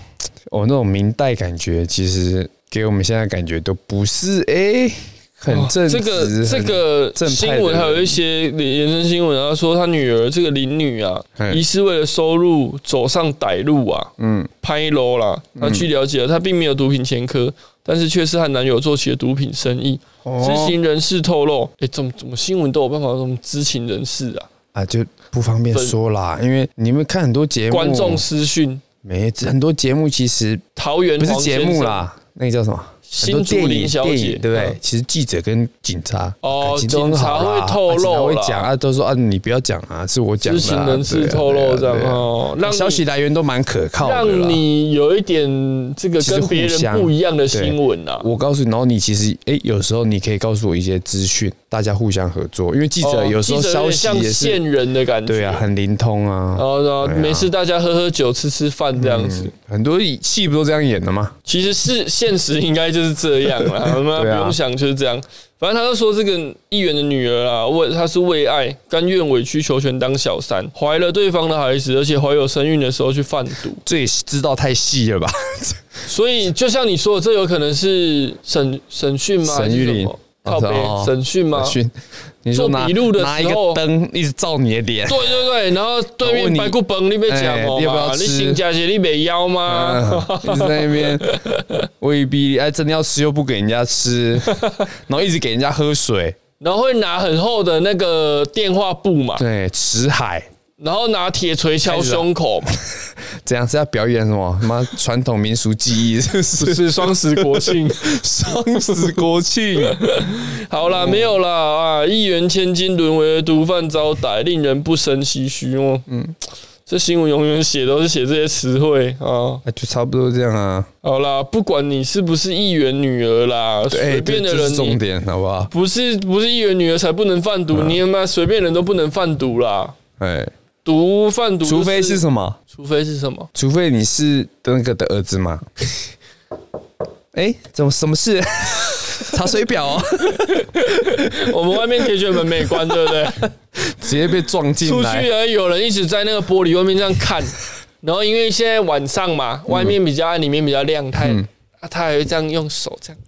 A: 哦，那种明代感觉，其实给我们现在感觉都不是哎、很正直。
B: 哦这个这
A: 很
B: 个
A: 正派的
B: 新闻还有
A: 人
B: 一些延伸新闻啊，说他女儿这个林女啊，
A: 嘿
B: 疑似为了收入走上歹路啊，
A: 嗯
B: 拍楼啦。那据了解，她并没有毒品前科，但是却是和男友做起了毒品生意。
A: 哦
B: 知情人士透露，哎，怎么怎么新闻都有办法这么知情人士啊？
A: 啊，就不方便
B: 粉
A: 说啦，因为你们看很多节目，
B: 观众私讯，
A: 没很多节目其实
B: 桃园
A: 不是
B: 黄
A: 节
B: 先生
A: 目，啦，那个叫什么？很
B: 新
A: 多
B: 竹
A: 电
B: 林
A: 影
B: 小
A: 电
B: 姐
A: 影对不对
B: 嗯？
A: 其实记者跟警察
B: 哦
A: 感情都很好啦
B: 警察会透
A: 啊警察
B: 露啦
A: 会讲啊，都说啊你不要讲啊，是我讲
B: 知
A: 的啊，
B: 情人士
A: 对啊
B: 透露这
A: 对啊
B: 样
A: 对啊
B: 哦，让你
A: 消息来源都蛮可靠的啦
B: 让你有一点这个
A: 其实
B: 跟别
A: 互
B: 人
A: 相
B: 不一样的新闻啊。
A: 我告诉你，然后你其实哎，有时候你可以告诉我一些资讯，大家互相合作，因为记者
B: 哦
A: 有时候
B: 记者有
A: 消息也
B: 点像
A: 是
B: 线人哦的感觉，
A: 对啊，很灵通啊。
B: 然后然后
A: 对啊嗯
B: 没事，大家喝喝酒、吃吃饭这样子。
A: 很多戏不都这样演的吗？
B: 其实是现实应该就是这样啦， 我们不
A: 对啊
B: 用想就是这样。反正他就说这个议员的女儿啊，为她是为爱甘愿委曲求全当小三，怀了对方的孩子，而且怀有身孕的时候去贩毒，
A: 这也知道太细了吧？
B: 所以就像你说的，这有可能是审审讯吗？还
A: 沈
B: 是
A: 玉
B: 什
A: 琳
B: 么，靠北
A: 哦
B: 审讯吗？
A: 沈玉琳你说拿
B: 啊做笔录的时候
A: 拿一个灯一直照你的脸，
B: 对啊对对，然后对
A: 我问
B: 面
A: 你
B: 白骨崩你被讲哦
A: 哎要不要
B: 嘛，
A: 吃
B: 你新家姐你没腰
A: 嗯
B: 吗？
A: 一直在那边 威逼，哎，真的要吃又不给人家吃，然后一直给人家喝水，
B: 然后会拿很厚的那个电话簿嘛，
A: 对，池海
B: 然后拿铁锤敲胸口嘛，
A: 怎样是要表演什么？他妈传统民俗技艺是不是？
B: 是双十国庆。
A: 双十国庆，
B: 好
A: 哦
B: 啦，没有啦啊！一元千金沦为毒贩招待，令人不胜唏嘘哦。嗯，这新闻永远写都是写这些词汇啊。
A: 那哎就差不多这样啊。
B: 好啦，不管你是不是议员女儿啦，
A: 哎对，
B: 随便的
A: 这这
B: 人
A: 是重
B: 你
A: 点，啊好不好？
B: 不是不是议员女儿才不能贩毒，你他妈随便人都不能贩毒啦。
A: 哎，
B: 毒贩毒，
A: 除非是
B: 么？
A: 什么？
B: 除非是什么？
A: 除非你是那个的儿子 嘛。哎，怎么什么 事？查水表、哦，
B: 我们外面铁血门没关，对不对？
A: 直接被撞进
B: 出
A: 来
B: 去。而有人一直在那个玻璃外面这样 看，然后因为现在晚上嘛，外面比较暗，里面比较亮，他也啊他还会这样用手这样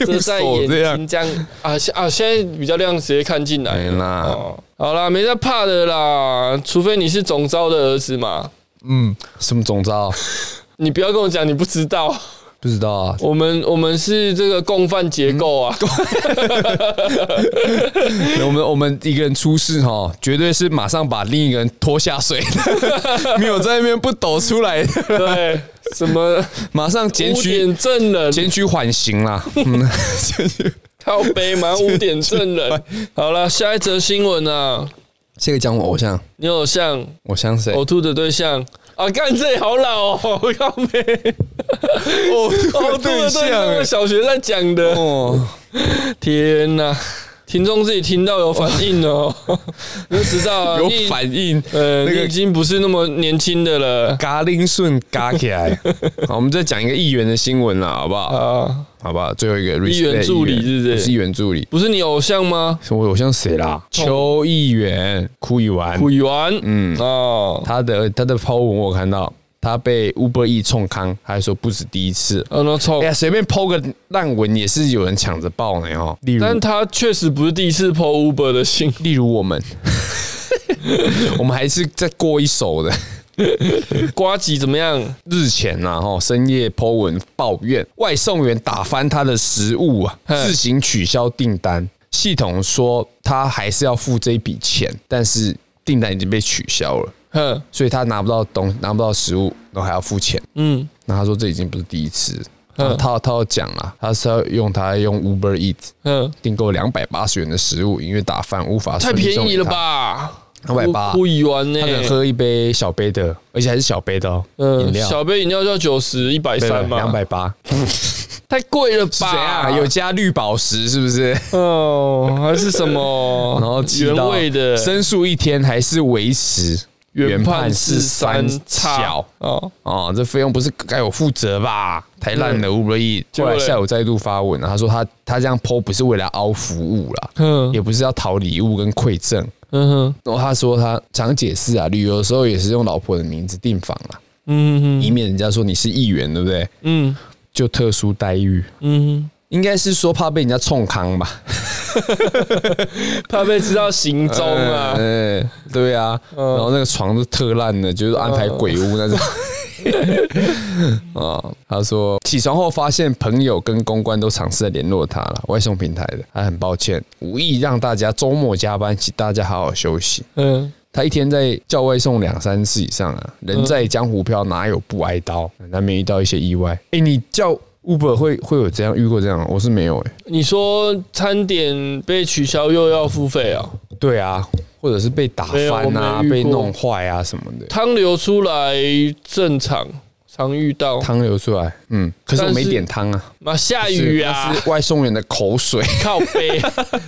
B: 遮在
A: 手这
B: 眼
A: 样
B: 睛这样啊现啊现在比较亮，直接看进来
A: 没啦
B: 哦，好啦，没在怕的啦，除非你是总招的儿子嘛。
A: 嗯，什么总招？
B: 你不要跟我讲你不知 道，
A: 不知道啊。
B: 我们我们是这个共犯结构啊，
A: 我们我们一个人出事哈，绝对是马上把另一个人拖下 水，没有在那边不抖出 来，
B: 对，什么
A: 马上检
B: 污
A: 举
B: 点证人，
A: 检举缓刑啦。嗯，检举
B: 靠背 满污点证人。好了，下一则新闻啊，
A: 这个讲我偶像，
B: 你有像
A: 偶像谁？
B: 呕吐的对象啊，干这也好老哦， 我靠妹，
A: 呕
B: 呕吐的对象，我
A: 欸
B: 小学在讲的，
A: 哦，
B: 天哪、听众自己听到有反应哦， 你就知道啊，
A: 有
B: 你
A: 反应，
B: 呃，
A: 那
B: 你
A: 个
B: 已经不是那么年轻的了
A: 嘎铃顺嘎起 来。好，我们再讲一个议员的新闻啦，好不好？
B: 啊，
A: 好不好？最后一个
B: 议员
A: respect
B: 助理是不是
A: 不是议员助理，
B: 不是你偶像吗？
A: 是我偶像谁啦？邱议员，哭一完，
B: 古元，嗯
A: 嗯
B: 哦，
A: 他的他的抛文我有看到，他被 Uber E 冲康，他还说不止第一次。
B: 啊那臭
A: 哎，呀，随便抛个烂文也是有人抢着爆呢哦。例如，
B: 但他确实不是第一次 PO Uber 的信，
A: 例如我 们，我们还是在过一手的。
B: 瓜吉怎么样？
A: 日前啊，吼深夜 Po 文抱怨外送员打翻他的食物啊，
B: 嘿
A: 自行取消订单。系统说他还是要付这一笔钱，但是订单已经被取消了，
B: 哼，
A: 所以他拿不到东拿不到食物，然后还要付钱。
B: 嗯。
A: 那他说这已经不是第一次，
B: 嗯
A: 他他他要讲啊，他是要用他用 Uber Eat
B: 嗯，
A: 订购两百八十元的食物，因为打饭无法
B: 太
A: 顺利
B: 便
A: 送
B: 宜
A: 给
B: 了
A: 他？
B: 吧？哎
A: 两百八，
B: 不一元呢
A: 他可能喝一杯小杯的，而且还是小杯的哦，饮
B: 嗯，
A: 料
B: 小杯饮料就要九十一百三嘛，
A: 两百八，
B: 太贵了吧？
A: 谁啊？有加绿宝石是不是？
B: 哦，还是什么？
A: 然后气
B: 哦原
A: 到
B: 味的
A: 申诉一天还是维持
B: 原判是
A: 三
B: 三
A: 小
B: 叉哦，
A: 哦，这费用不是该我负责吧？太烂了，Uber E。
B: 结
A: 后
B: 果嘞
A: 来下午再度发文，他说他他这样 PO 不是为了凹服务啦，
B: 嗯
A: 也不是要讨礼物跟馈赠。
B: 嗯哼，
A: 然后他说他常解释啊，旅游的时候也是用老婆的名字订房啦，
B: 嗯
A: 以
B: 哼，
A: 免人家说你是议员，对不对？
B: 嗯
A: 就特殊待遇，
B: 嗯
A: 应该是说怕被人家冲康吧？
B: 哼，怕被知道行踪啊，
A: 嗯，嗯对啊，然后那个床是特烂的，就是安
B: 嗯
A: 排鬼屋那种。 啊、他说起床后发现朋友跟公关都尝试在联络他了，外送平台的，他很抱歉，无意让大家周末加班，请大家好好休息。
B: 嗯，
A: 他一天在叫外送两三次以上啊，人在江湖飘，哪有不挨刀？难免遇到一些意外。哎、你叫 Uber 会会有这样遇过这样？我是没有哎、
B: 你说餐点被取消又要付费啊？
A: 对啊，或者是被打
B: 没有
A: 翻啊，
B: 我没
A: 被
B: 遇过
A: 弄坏啊什么的。
B: 汤流出来正常，常遇到。
A: 汤流出来，嗯，可是我
B: 但
A: 没
B: 是
A: 点汤啊，
B: 妈下雨
A: 是
B: 啊
A: 那，是外送员的口水，
B: 靠背，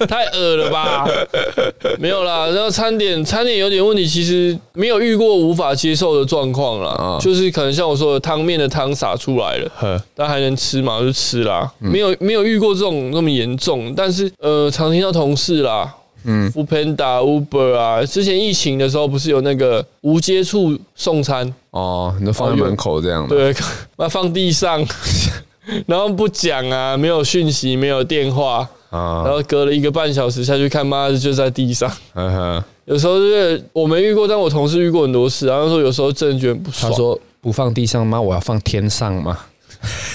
B: 太恶了吧？ 没有啦，然后餐点餐点有点问题，其实没有遇过无法接受的状况啦，
A: 啊
B: 就是可能像我说的，汤面的汤洒出来了。
A: 呵，嗯
B: 但还能吃嘛，就吃啦。没有没有遇过这种那么严重，但是呃，常听到同事啦，嗯，Food Panda、Uber 啊，之前疫情的时候不是有那个无接触送餐，
A: 哦，你都放在门口这样的，
B: 对， 那放地上， 然后不讲啊，没有讯息，没有电话，
A: 啊
B: 然，后隔了一个半小时下去看，妈的就在地上。
A: 呵呵，
B: 有时候就是我没遇过，但我同事遇过很多次，然后说有时候真的觉得不
A: 他
B: 爽。
A: 说不放地上吗？我要放天上吗？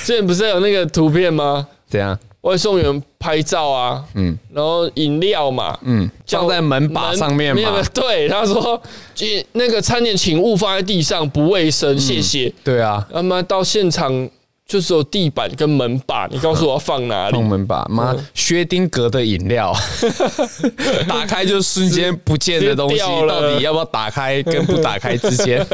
B: 之前不是有那个图片吗？
A: 这样，
B: 外送员拍照啊，
A: 嗯
B: 然后饮料嘛，
A: 嗯，
B: 叫
A: 放在门把上面
B: 没有没
A: 嘛
B: 有，对，他说，这那个餐点请勿放在地上，不卫
A: 嗯
B: 生，谢谢。
A: 对啊，
B: 他妈到现场就只有地板跟门把，你告诉我要放哪里
A: 放？门把，妈，薛丁格的饮 料，打开就瞬间不见的东西，
B: 直接掉了
A: 到底要不要打开跟不打开之 间，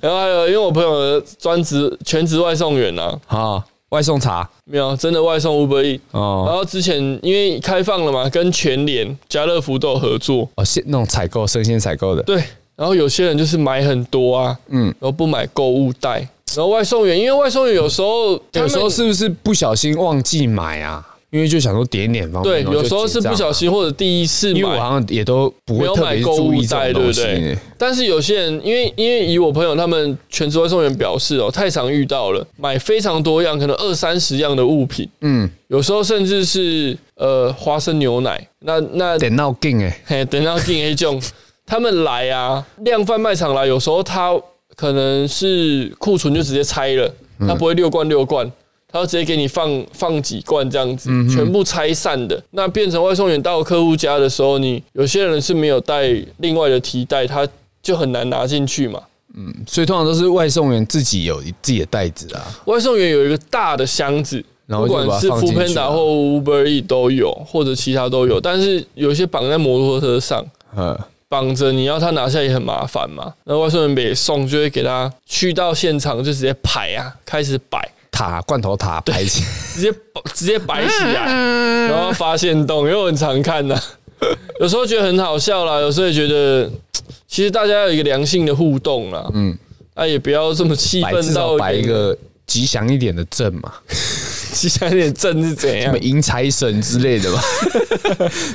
B: 然后还有，因为我朋友专职全职外送员啊，
A: 啊，外送茶，
B: 没有真的外送 Uber E。然
A: 哦，
B: 后之前因为开放了嘛，跟全联、家乐福都有合作，
A: 哦，现那种采购生鲜采购的，
B: 对，然后有些人就是买很多啊，嗯，然后不买购物袋，然后外送员，因为外送员有时候
A: 有
B: 他们
A: 时候是不是不小心忘记买啊？因为就想说点点方
B: 对，
A: 便，然后
B: 有时候
A: 就是结账啊
B: 不小，心或者第一次
A: 因为我
B: 买。
A: 好像也都不
B: 没
A: 会
B: 有
A: 特别
B: 买
A: 去
B: 购
A: 注
B: 物
A: 意这种
B: 袋，对
A: 东
B: 不
A: 西欸
B: 对
A: 呢。？
B: 但是有些人，因为因为以我朋友他们全职外送员表示哦，太常遇到了，买非常多样，可能二三十样的物品，
A: 嗯，
B: 有时候甚至是呃花生牛奶，那那
A: 得闹劲哎，
B: 嘿，等到进 A 种，他们来啊，量贩卖场来，有时候他可能是库存就直接拆了，
A: 嗯
B: 他不会六罐六罐，他就直接给你放放几罐这样子，
A: 嗯
B: 全部拆散的。那变成外送员到客户家的时候，你有些人是没有带另外的提袋，他就很难拿进去嘛。
A: 所以通常都是外送员自己有自己的袋子啊，
B: 外送员有一个大的箱子，
A: 然后
B: 不
A: 就把它
B: 管是
A: 放
B: f
A: 进
B: o
A: 去啊了
B: o Panda 或 Uber E 都有，或者其他都有，但是有些绑在摩托车上。
A: 呃，
B: 绑着你要他拿下也很麻烦嘛。那外送员北送就会给他去到现场就直接排啊，开始摆，
A: 塔罐头塔排起，
B: 直接直接摆起来，然后发现洞，因为我很常看呐、 有时候觉得很好笑啦，有时候也觉得嘖其实大家有一个良性的互动啦，嗯，啊也不要这么气
A: 摆至
B: 愤
A: 少
B: 到
A: 摆一 个吉祥一点的阵嘛，
B: 其实有点正是怎
A: 什
B: 样
A: 么，迎财神之类 的吧，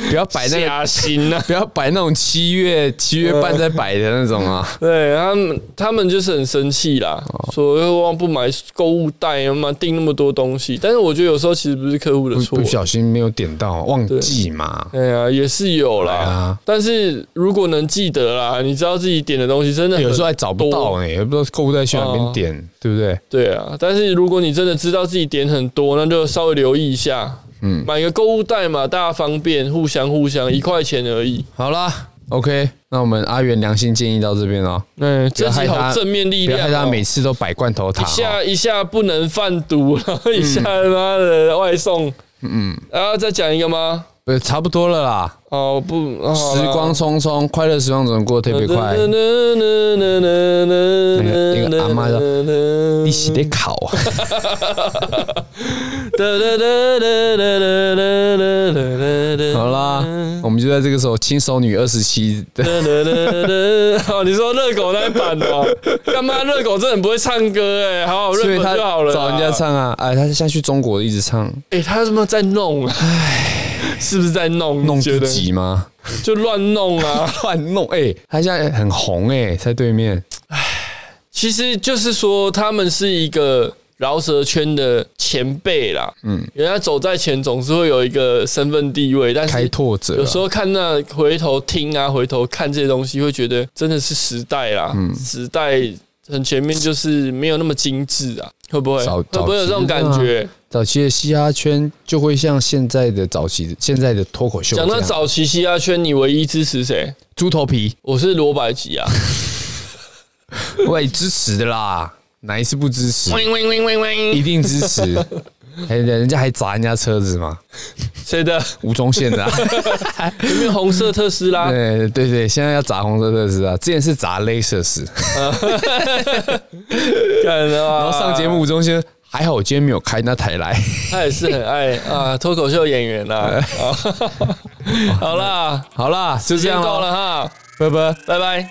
A: 不要摆那个。
B: 假心呐、啊。
A: 不要摆那种七月七月半在摆的那种啊！
B: 对他们，他们就是很生气啦，
A: 哦
B: 说又忘不买购物袋，他妈订那么多东西。但是我觉得有时候其实不是客户的
A: 不
B: 错
A: 不，小心没有点到，忘记嘛。
B: 哎呀，也是有啦。
A: 对啊
B: 但是如果能记得啦，你知道自己点的东西真的 很
A: 有时候还找不到哎
B: 多
A: 呢，也不知道购物袋去哪边点，对不对？
B: 对啊，但是如果你真的知道自己点很多，那就稍微留意一下，嗯，买个购物袋嘛，大家方便，互相互相一块钱而已。
A: 好啦，OK，那我们阿元良心建议到这边哦，
B: 嗯，
A: 不
B: 这
A: 要害
B: 集
A: 他
B: 好正面力
A: 不要
B: 量、
A: 害
B: 哦
A: 他。每次都摆罐头塔
B: 一
A: 哦。
B: 下一下不能贩毒，然后一下他妈的外送，嗯，然后再讲一个吗？
A: 呃，差不多了啦。
B: 哦不，
A: 时光匆匆，快乐时光总过得特别
B: 呃
A: 快。
B: 那
A: 那个那个阿妈说：“你洗得烤啊好啦，我们就在这个时候，轻熟女二十七的
B: 哦，你说热狗那一版的哦，干嘛热狗这很不会唱歌哎，好好
A: 所以
B: 认
A: 他
B: 本就好了啦。
A: 找人家唱啊，哎，他现在去中国一直唱，
B: 哎、他他妈在弄，是不是在弄？
A: 弄
B: 你觉
A: 自
B: 得
A: 己吗？
B: 就乱弄啊，
A: 乱弄，哎、他现在很红哎、在对面，
B: 其实就是说，他们是一个饶舌圈的前辈啦。
A: 嗯，
B: 人家走在前，总是会有一个身份地位，但是
A: 开拓者啊
B: 有时候看那回头听啊，回头看这些东西，会觉得真的是时代啦。
A: 嗯
B: 时代很前面，就是没有那么精致啊，会不会？
A: 早
B: 会不会有这种
A: 早期
B: 感
A: 的啊
B: 觉？
A: 早期的嘻哈圈就会像现在的早期的现在的脱口秀这
B: 讲
A: 样，
B: 到早期嘻哈圈，你唯一支持谁？
A: 啊猪头皮，
B: 我是罗百 吉啊。
A: 喂，支持的啦，哪一次不支持？
B: 喂喂喂喂喂，
A: 一定支 持。还人家还砸人家车子嘛，
B: 谁 的？
A: 吴宗宪的啊、
B: 有没有红色特斯拉？
A: 对对对，现在要砸红色特斯拉，之前是砸 Lexus，
B: 干啊！
A: 然后上节目吴宗宪还好，我今天没有开那台来，
B: 他也是很爱啊脱口秀演 员啦。啊好啦，
A: 好啦，就
B: 时
A: 这
B: 间
A: 样
B: 够
A: 咯
B: 了，哈，
A: 拜拜。
B: 拜拜。